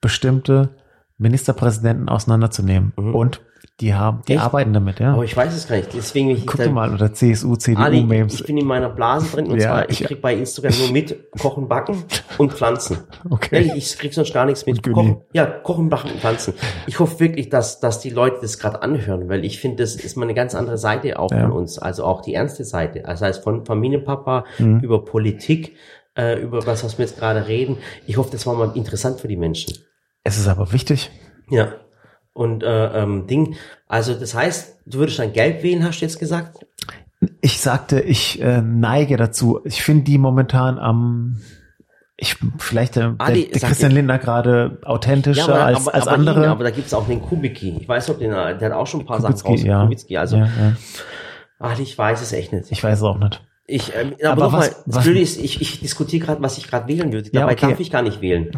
S2: bestimmte Ministerpräsidenten auseinanderzunehmen.
S1: Mhm.
S2: Und die haben, die
S1: Echt?
S2: arbeiten damit, ja.
S1: Aber ich weiß es gar nicht. Deswegen bin ich
S2: Guck
S1: da-
S2: dir mal, oder CSU,
S1: Ali,
S2: CDU-Memes.
S1: ich bin in meiner Blase drin und
S2: Ja,
S1: zwar, ich
S2: ich-
S1: krieg bei Instagram nur mit Kochen, Backen und Pflanzen.
S2: Okay.
S1: Ehrlich, ich krieg sonst gar nichts mit.
S2: Und Gymi.
S1: Kochen, ja, Kochen, Backen und Pflanzen. Ich hoffe wirklich, dass, dass die Leute das gerade anhören, weil ich finde, das ist mal eine ganz andere Seite auch
S2: Ja.
S1: von uns, also auch die ernste Seite. Also heißt von Familienpapa
S2: Mhm.
S1: über Politik, äh, über was, was wir jetzt gerade reden. Ich hoffe, das war mal interessant für die Menschen.
S2: Es ist aber wichtig.
S1: Ja. Und äh, ähm, Ding, also das heißt, du würdest dann gelb wählen, hast du jetzt gesagt?
S2: Ich sagte, ich äh, neige dazu. Ich finde die momentan am ich, vielleicht äh, der,
S1: Ali,
S2: der, der
S1: sag
S2: Christian
S1: ich-
S2: Lindner gerade authentischer als, als
S1: aber
S2: andere.
S1: Ihn, aber da gibt's auch den Kubicki. Ich weiß nicht, ob den, äh, der hat auch schon ein paar
S2: Kubitzki,
S1: Sachen raus.
S2: ja.
S1: Kubicki, also,
S2: ja, ja.
S1: ach, ich weiß es echt nicht.
S2: Ich weiß es auch nicht.
S1: Ich, ähm, aber,
S2: Aber
S1: nochmal,
S2: was-
S1: das
S2: was-
S1: Blöde ist, ich, ich diskutiere gerade, was ich gerade wählen würde. Dabei
S2: okay.
S1: darf ich gar nicht wählen,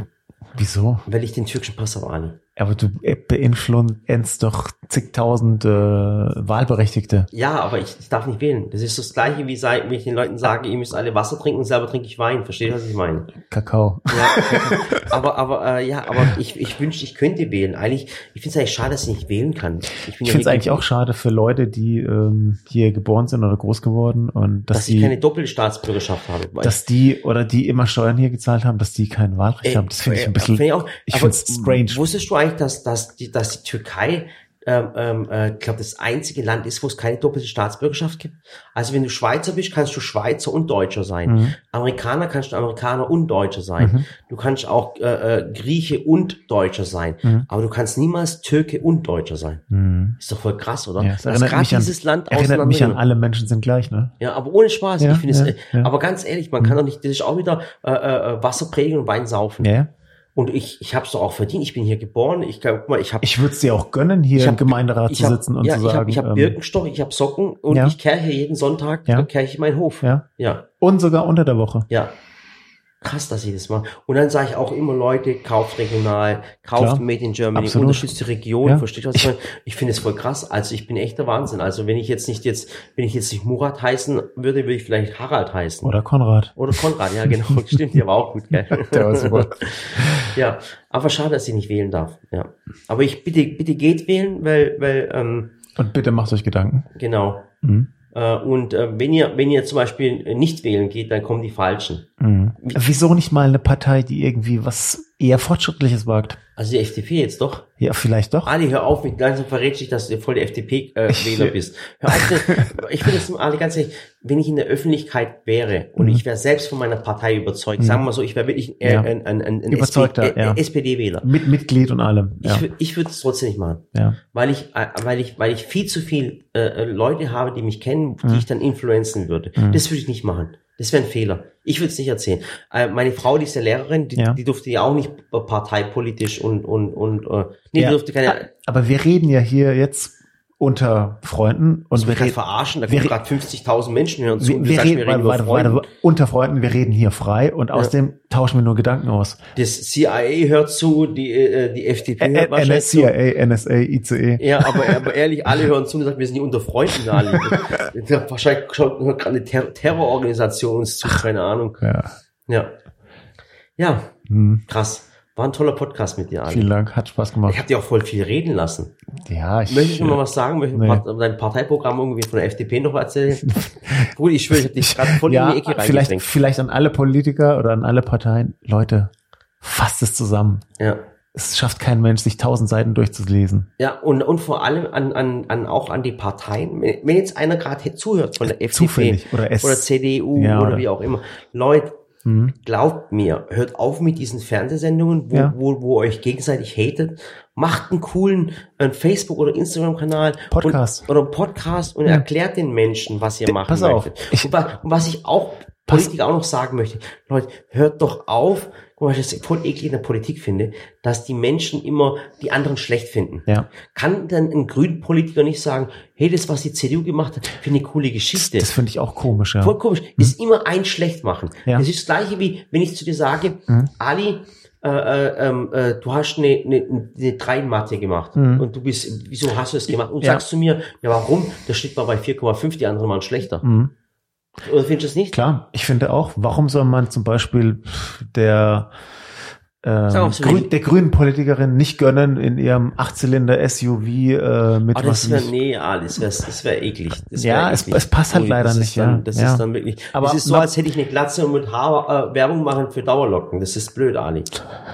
S2: Wieso?
S1: weil ich den türkischen Pass habe, Arne.
S2: Aber du beinfluenzt doch zigtausend äh, Wahlberechtigte.
S1: Ja, aber ich, ich darf nicht wählen. Das ist das Gleiche, wie sei, wenn ich den Leuten sage, ihr müsst alle Wasser trinken und selber trinke ich Wein. Versteht, was ich meine?
S2: Kakao.
S1: Ja, aber, aber, äh, ja, aber ich, ich wünschte, ich könnte wählen. Eigentlich, ich finde es eigentlich schade, dass ich nicht wählen kann. bin
S2: Ich
S1: ja
S2: finde es eigentlich
S1: wirklich-
S2: auch schade für Leute, die ähm, hier geboren sind oder groß geworden und dass,
S1: dass ich keine
S2: die,
S1: Doppelstaatsbürgerschaft habe. Weil-
S2: dass die oder die immer Steuern hier gezahlt haben, dass die kein Wahlrecht
S1: Ey,
S2: haben. Das finde ich
S1: äh,
S2: ein bisschen.
S1: find ich auch,
S2: ich
S1: aber
S2: find's strange.
S1: Wusstest du eigentlich, dass, dass, die, dass die Türkei, ähm, ähm, äh, ich glaube, das einzige Land ist, wo es keine doppelte Staatsbürgerschaft gibt? Also wenn du Schweizer bist, kannst du Schweizer und Deutscher sein.
S2: Mhm.
S1: Amerikaner kannst du Amerikaner und Deutscher sein.
S2: Mhm.
S1: Du kannst auch äh, äh, Grieche und Deutscher sein.
S2: Mhm.
S1: Aber du kannst niemals Türke und Deutscher sein.
S2: Mhm.
S1: Ist doch voll krass, oder?
S2: Ja,
S1: Ja,
S2: es
S1: dass
S2: erinnert
S1: gerade
S2: mich an-
S1: dieses Land
S2: Erinnert mich an
S1: auseinandergenommen-
S2: alle Menschen sind gleich, ne?
S1: ja, aber ohne Spaß.
S2: Ja,
S1: ich finde es,
S2: ja,
S1: äh,
S2: ja.
S1: aber ganz ehrlich, man kann doch nicht, das ist auch wieder äh, äh, Wasser prägen und Wein saufen.
S2: Ja.
S1: Und ich, ich habe es doch auch verdient. Ich bin hier geboren. Ich guck mal, ich habe
S2: Ich würde es dir auch gönnen, hier
S1: Ich
S2: im
S1: hab-
S2: Gemeinderat
S1: ich
S2: zu
S1: hab-
S2: sitzen und
S1: ja,
S2: zu
S1: ich
S2: sagen,
S1: habe ich hab
S2: ähm,
S1: Birkenstock, ich habe Socken und
S2: ja.
S1: ich kehre hier jeden Sonntag,
S2: Ja.
S1: ja. kehre ich in meinen Hof.
S2: ja.
S1: Ja,
S2: Und sogar unter der Woche.
S1: ja. Krass, dass ich das mache. Und dann sage ich auch immer Leute, kauft regional, kauft
S2: Klar.
S1: Made in Germany,
S2: Absolut.
S1: unterstützt die Region,
S2: Ja.
S1: versteht ihr, was
S2: Ich-
S1: ich meine? Ich finde es voll krass. Also ich bin echter Wahnsinn. Also wenn ich jetzt nicht jetzt, wenn ich jetzt nicht Murat heißen würde, würde ich vielleicht Harald heißen.
S2: Oder Konrad.
S1: Oder Konrad, ja genau, stimmt, der war auch gut, gell?
S2: Der war super.
S1: Ja, aber schade, dass ich nicht wählen darf. Ja. Aber ich bitte, bitte geht wählen, weil, weil, ähm,
S2: Und bitte macht euch Gedanken.
S1: genau.
S2: Mhm.
S1: Äh, und äh, wenn ihr, wenn ihr zum Beispiel äh, nicht wählen geht, dann kommen die Falschen.
S2: Mhm. Wieso nicht mal eine Partei, die irgendwie was eher Fortschrittliches wagt?
S1: Also die FDP jetzt doch.
S2: Ja, vielleicht doch.
S1: Ali, hör auf, mit langsam verrätst dich, dass du voll der FDP-Wähler äh, bist. Hör auf, denn- ich finde es Ali ganz ehrlich, wenn ich in der Öffentlichkeit wäre und
S2: Mhm.
S1: ich wäre selbst von meiner Partei überzeugt,
S2: Mhm.
S1: sagen wir mal so, ich wäre wirklich äh,
S2: Ja.
S1: ein, ein, ein, ein
S2: Überzeugter,
S1: SP, äh,
S2: ja.
S1: SPD-Wähler.
S2: Mit Mitglied und allem. Ja,
S1: Ich, wür- ich würde es trotzdem nicht machen.
S2: ja.
S1: weil ich, äh, weil ich, weil ich viel zu viel äh, äh, Leute habe, die mich kennen, die
S2: Mhm.
S1: ich dann influenzen würde.
S2: Mhm.
S1: Das würde ich nicht machen. Das wäre ein Fehler. Ich würde es nicht erzählen. Äh, meine Frau, die ist ja Lehrerin, die,
S2: Ja.
S1: die durfte ja auch nicht äh, parteipolitisch und und und äh, nee,
S2: Ja.
S1: die durfte keine.
S2: Aber wir reden ja hier jetzt unter Freunden und
S1: Und wir
S2: Also wir,
S1: gerade
S2: reden,
S1: verarschen, da
S2: wir
S1: kommen
S2: re-
S1: gerade 50.000 Menschen hören zu
S2: wir,
S1: und du
S2: wir
S1: sagst,
S2: reden, warte,
S1: über
S2: warte,
S1: Freunde.
S2: warte, unter Freunden, wir reden hier frei und außerdem tauschen wir nur Gedanken aus.
S1: Das CIA hört zu, die äh, die FDP hört wahrscheinlich zu.
S2: NSCIA, NSA, ICE.
S1: Ja, aber, äh, aber ehrlich, alle hören zu und sagen, wir sind hier unter Freunden alle. Wahrscheinlich schaut hört gerade eine Ter Terrororganisation uns zu, keine Ahnung.
S2: Ja.
S1: Ja. Ja,
S2: Hm.
S1: krass. War ein toller Podcast mit dir, Ali.
S2: Vielen Dank, hat Spaß
S1: Ich
S2: gemacht.
S1: habe dir auch voll viel reden lassen.
S2: Ja, ich,
S1: Möchtest du noch mal was sagen? Möchtest du
S2: Nee.
S1: Part- dein Parteiprogramm irgendwie von der FDP noch erzählen? Gut, ich schwöre, ich habe dich gerade voll
S2: ja,
S1: in die Ecke
S2: vielleicht,
S1: reingedrängt.
S2: vielleicht an alle Politiker oder an alle Parteien, Leute, fasst es zusammen.
S1: Ja.
S2: Es schafft kein Mensch, sich tausend Seiten durchzulesen.
S1: Ja, und, und vor allem an, an, an, auch an die Parteien. Wenn wenn jetzt einer gerade zuhört von der FDP
S2: Äh, Zufällig oder es.
S1: oder CDU
S2: Ja,
S1: oder
S2: oder-
S1: wie auch immer. Leute,
S2: Mhm.
S1: Glaubt mir, hört auf mit diesen Fernsehsendungen, wo,
S2: Ja.
S1: wo, wo euch gegenseitig hatet. Macht einen coolen äh, Facebook- oder Instagram-Kanal.
S2: Podcast.
S1: Und, oder einen Podcast und
S2: Ja. Äh,
S1: erklärt den Menschen, was ihr machen
S2: pass auf,
S1: möchtet.
S2: ich-
S1: und, wa und was ich auch
S2: Pass-
S1: Politiker auch noch sagen möchte, Leute, hört doch auf, guck mal, was ich das voll eklig in der Politik finde, dass die Menschen immer die anderen schlecht finden.
S2: Ja.
S1: Kann denn ein grünen Politiker nicht sagen, hey, das, was die CDU gemacht hat, finde ich eine coole Geschichte?
S2: Das finde ich auch komisch, ja.
S1: Voll komisch. Ist immer ein schlecht machen.
S2: Ja. Mhm.
S1: Das ist das gleiche wie, wenn ich zu dir sage, Ali, äh, äh, ähm, äh, du hast eine, eine, eine 3 in Mathe gemacht
S2: Mhm.
S1: und du bist, wieso hast du das gemacht? Und
S2: Ja.
S1: sagst du mir, ja warum? Da steht mal bei 4,5, die anderen waren schlechter.
S2: Mhm.
S1: Oder findest du es nicht?
S2: Klar, ich finde auch, warum soll man zum Beispiel der, ähm,
S1: Sag mal, was du
S2: Grün,
S1: willst.
S2: der grünen Politikerin nicht gönnen, in ihrem Achtzylinder-SUV äh, mit
S1: Ah,
S2: was
S1: das wäre,
S2: nicht.
S1: nee, Ali, das wäre das wär eklig. Das
S2: Ja,
S1: wär
S2: es-
S1: eklig.
S2: es passt halt
S1: Ui, das
S2: leider
S1: ist
S2: nicht,
S1: Dann,
S2: ja.
S1: Das
S2: Ja.
S1: ist dann wirklich,
S2: Aber
S1: aber es ist so,
S2: man-
S1: als hätte ich eine Glatze und mit Haar äh, Werbung machen für Dauerlocken. Das ist blöd, Ali.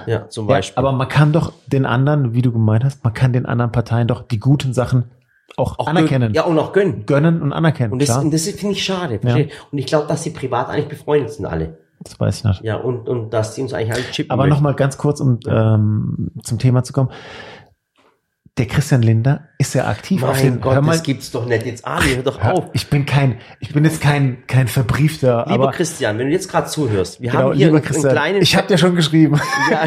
S1: Ja, zum
S2: Ja,
S1: Beispiel.
S2: aber man kann doch den anderen, wie du gemeint hast, man kann den anderen Parteien doch die guten Sachen auch, anerkennen.
S1: Ja, und auch gönnen.
S2: Gönnen und anerkennen,
S1: Und das,
S2: klar.
S1: und das finde ich schade. versteht? Und ich glaube, dass die privat eigentlich befreundet sind alle.
S2: Das weiß ich nicht.
S1: Ja, und, und dass die uns eigentlich alle chippen.
S2: Aber
S1: möchten.
S2: nochmal ganz kurz, um ähm, zum Thema zu kommen. Der Christian Linder ist ja aktiv auf
S1: Mein
S2: den
S1: Gott,
S2: hör mal,
S1: das gibt's doch nicht. Jetzt Ali, hör doch
S2: hör,
S1: auf.
S2: Ich bin kein, ich bin jetzt kein, kein Verbriefter,
S1: Lieber
S2: aber
S1: Christian, wenn du jetzt gerade zuhörst, wir
S2: genau,
S1: haben hier einen,
S2: lieber
S1: einen
S2: Christian,
S1: kleinen
S2: ich habe dir schon geschrieben.
S1: Ja,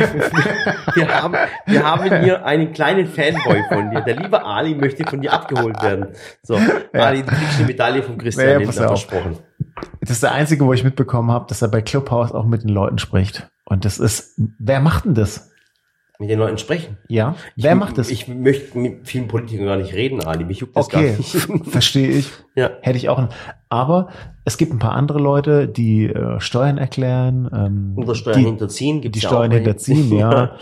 S1: wir, haben, wir haben hier einen kleinen Fanboy von dir. Der liebe Ali möchte von dir abgeholt werden. So, Ali, du kriegst die Medaille von Christian
S2: Ja, ja,
S1: Lindner
S2: pass auf.
S1: versprochen.
S2: Das ist der einzige, wo ich mitbekommen habe, dass er bei Clubhouse auch mit den Leuten spricht. Und das ist, wer macht denn das?
S1: Mit den Leuten sprechen.
S2: Ja, wer macht das?
S1: Ich möchte mit vielen Politikern gar nicht reden, Ali. Mich juckt das
S2: okay,
S1: gar nicht.
S2: verstehe ich.
S1: ja.
S2: Hätte ich auch. Einen. Aber es gibt ein paar andere Leute, die äh, Steuern erklären, ähm,
S1: Oder Steuern
S2: die,
S1: hinterziehen. Gibt's
S2: die
S1: ja
S2: Steuern
S1: auch.
S2: hinterziehen, ja.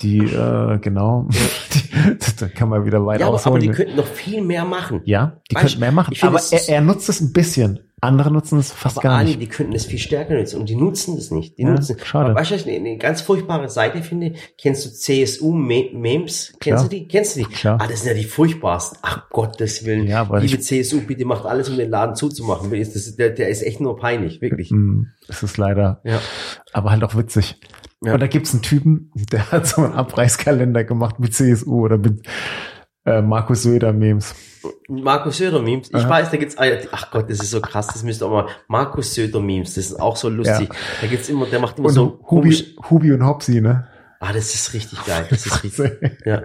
S2: Die, äh, genau. Die, das, da kann man wieder weit
S1: Ja, aber, aber
S2: ausholen.
S1: die könnten noch viel mehr machen.
S2: ja, die
S1: Weißt
S2: könnten mehr machen.
S1: ich finde,
S2: Aber
S1: es
S2: er,
S1: ist-
S2: er nutzt es ein bisschen. Andere nutzen es fast
S1: aber
S2: gar
S1: Ali,
S2: nicht.
S1: die könnten es viel stärker nutzen und die nutzen das nicht. Die
S2: Ja,
S1: nutzen.
S2: schade.
S1: Aber Weißt du, was ich eine, eine ganz furchtbare Seite finde? Kennst du CSU-Memes? Kennst
S2: Klar.
S1: du die? Kennst du die?
S2: Klar.
S1: Ah, das sind ja die furchtbarsten. Ach Gottes Willen.
S2: Ja, aber
S1: Liebe
S2: ich-
S1: CSU, bitte macht alles, um den Laden zuzumachen. Das ist, der, der ist echt nur peinlich, wirklich.
S2: Hm, Es ist leider,
S1: Ja.
S2: aber halt auch witzig.
S1: Ja.
S2: Und da gibt's einen Typen, der hat so einen Abreißkalender gemacht mit CSU oder mit äh, Markus Söder-Memes.
S1: Markus Söder Memes. Ich
S2: Aha.
S1: weiß, da gibt's ah, ach Gott, das ist so krass, das müsst ihr auch mal Markus Söder Memes, das ist auch so lustig. Da gibt's immer, der macht immer
S2: Und
S1: so
S2: Hubi, Hubi und Hopsi, ne?
S1: Ah, das ist richtig geil. Das ist richtig. Ja.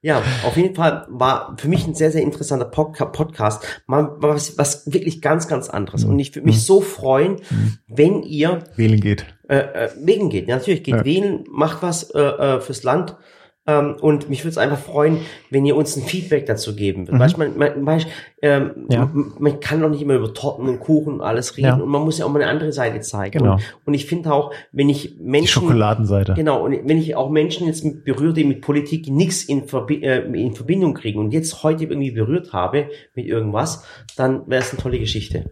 S1: ja, auf jeden Fall war für mich ein sehr, sehr interessanter Podca Podcast. Mal was, was wirklich ganz, ganz anderes. Und ich würde
S2: Mhm.
S1: mich so freuen, wenn ihr
S2: Wählen geht.
S1: äh, äh, wählen geht. Ja, natürlich geht
S2: Ja.
S1: wählen, macht was äh, äh, fürs Land. Ähm, und mich würde es einfach freuen, wenn ihr uns ein Feedback dazu geben würdet. Weißt, man, man, weißt, ähm,
S2: Mhm. Ja.
S1: man, man kann doch nicht immer über Torten und Kuchen und alles reden.
S2: Ja.
S1: Und man muss ja auch mal eine andere Seite zeigen.
S2: Genau.
S1: Und, und ich finde auch, wenn ich
S2: Die
S1: Menschen
S2: Schokoladenseite.
S1: Genau, und wenn ich auch Menschen jetzt mit- berühre, die mit Politik nichts in, Verbi äh, in Verbindung kriegen und jetzt heute irgendwie berührt habe mit irgendwas, dann wäre es eine tolle Geschichte.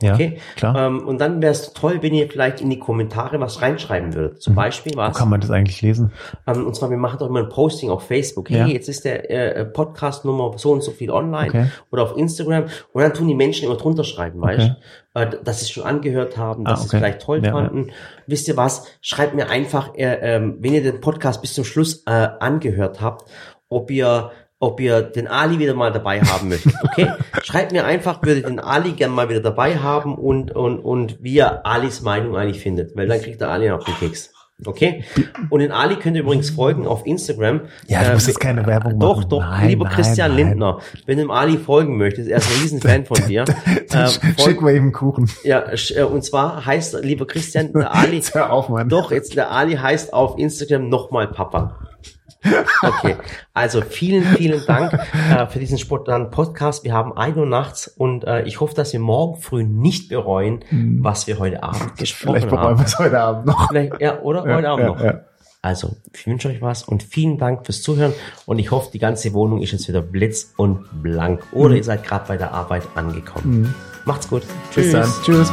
S2: Ja,
S1: Okay?
S2: klar.
S1: Ähm, und dann wäre es toll, wenn ihr vielleicht in die Kommentare was reinschreiben würdet. Zum Beispiel
S2: Mhm. Wo
S1: was.
S2: kann man das eigentlich lesen?
S1: Ähm, und zwar, wir machen doch immer ein Posting auf Facebook. Hey,
S2: Ja.
S1: jetzt ist der äh, Podcast Nummer so und so viel online
S2: Okay.
S1: oder auf Instagram. Und dann tun die Menschen immer drunter schreiben, weißt
S2: Okay.
S1: du, äh, dass sie es schon angehört haben,
S2: Ah,
S1: dass sie
S2: okay.
S1: es vielleicht toll
S2: Ja,
S1: fanden. Wisst ihr was? Schreibt mir einfach, äh, ähm, wenn ihr den Podcast bis zum Schluss äh, angehört habt, ob ihr ob ihr den Ali wieder mal dabei haben möchtet, okay? Schreibt mir einfach, würdet den Ali gern mal wieder dabei haben und, und, und wie ihr Alis Meinung eigentlich findet, weil dann kriegt der Ali noch den Keks. Okay? Und den Ali könnt ihr übrigens folgen auf Instagram.
S2: Ja, du
S1: Äh,
S2: musst jetzt keine Werbung
S1: doch,
S2: machen.
S1: doch,
S2: Nein,
S1: lieber
S2: nein,
S1: Christian
S2: nein.
S1: Lindner, wenn du dem Ali folgen möchtest, er ist ein Riesenfan von dir. ähm,
S2: Dann sch-
S1: folg,
S2: Schick mal eben einen Kuchen.
S1: ja, sch- äh, und zwar heißt, lieber Christian, der Ali,
S2: Jetzt hör auf, Mann.
S1: doch, jetzt der Ali heißt auf Instagram nochmal Papa. Okay, also vielen, vielen Dank äh, für diesen spontanen Podcast. Wir haben 1 Uhr nachts und äh, ich hoffe, dass wir morgen früh nicht bereuen, was wir heute Abend gesprochen
S2: Mhm. Vielleicht bereuen
S1: haben.
S2: wir es heute Abend noch.
S1: Vielleicht, ja, oder? heute Abend
S2: ja,
S1: noch.
S2: Ja.
S1: Also, ich wünsche euch was und vielen Dank fürs Zuhören. Und ich hoffe, die ganze Wohnung ist jetzt wieder blitz und blank. Oder ihr seid gerade bei der Arbeit angekommen. Macht's gut.
S2: Bis dann. Tschüss.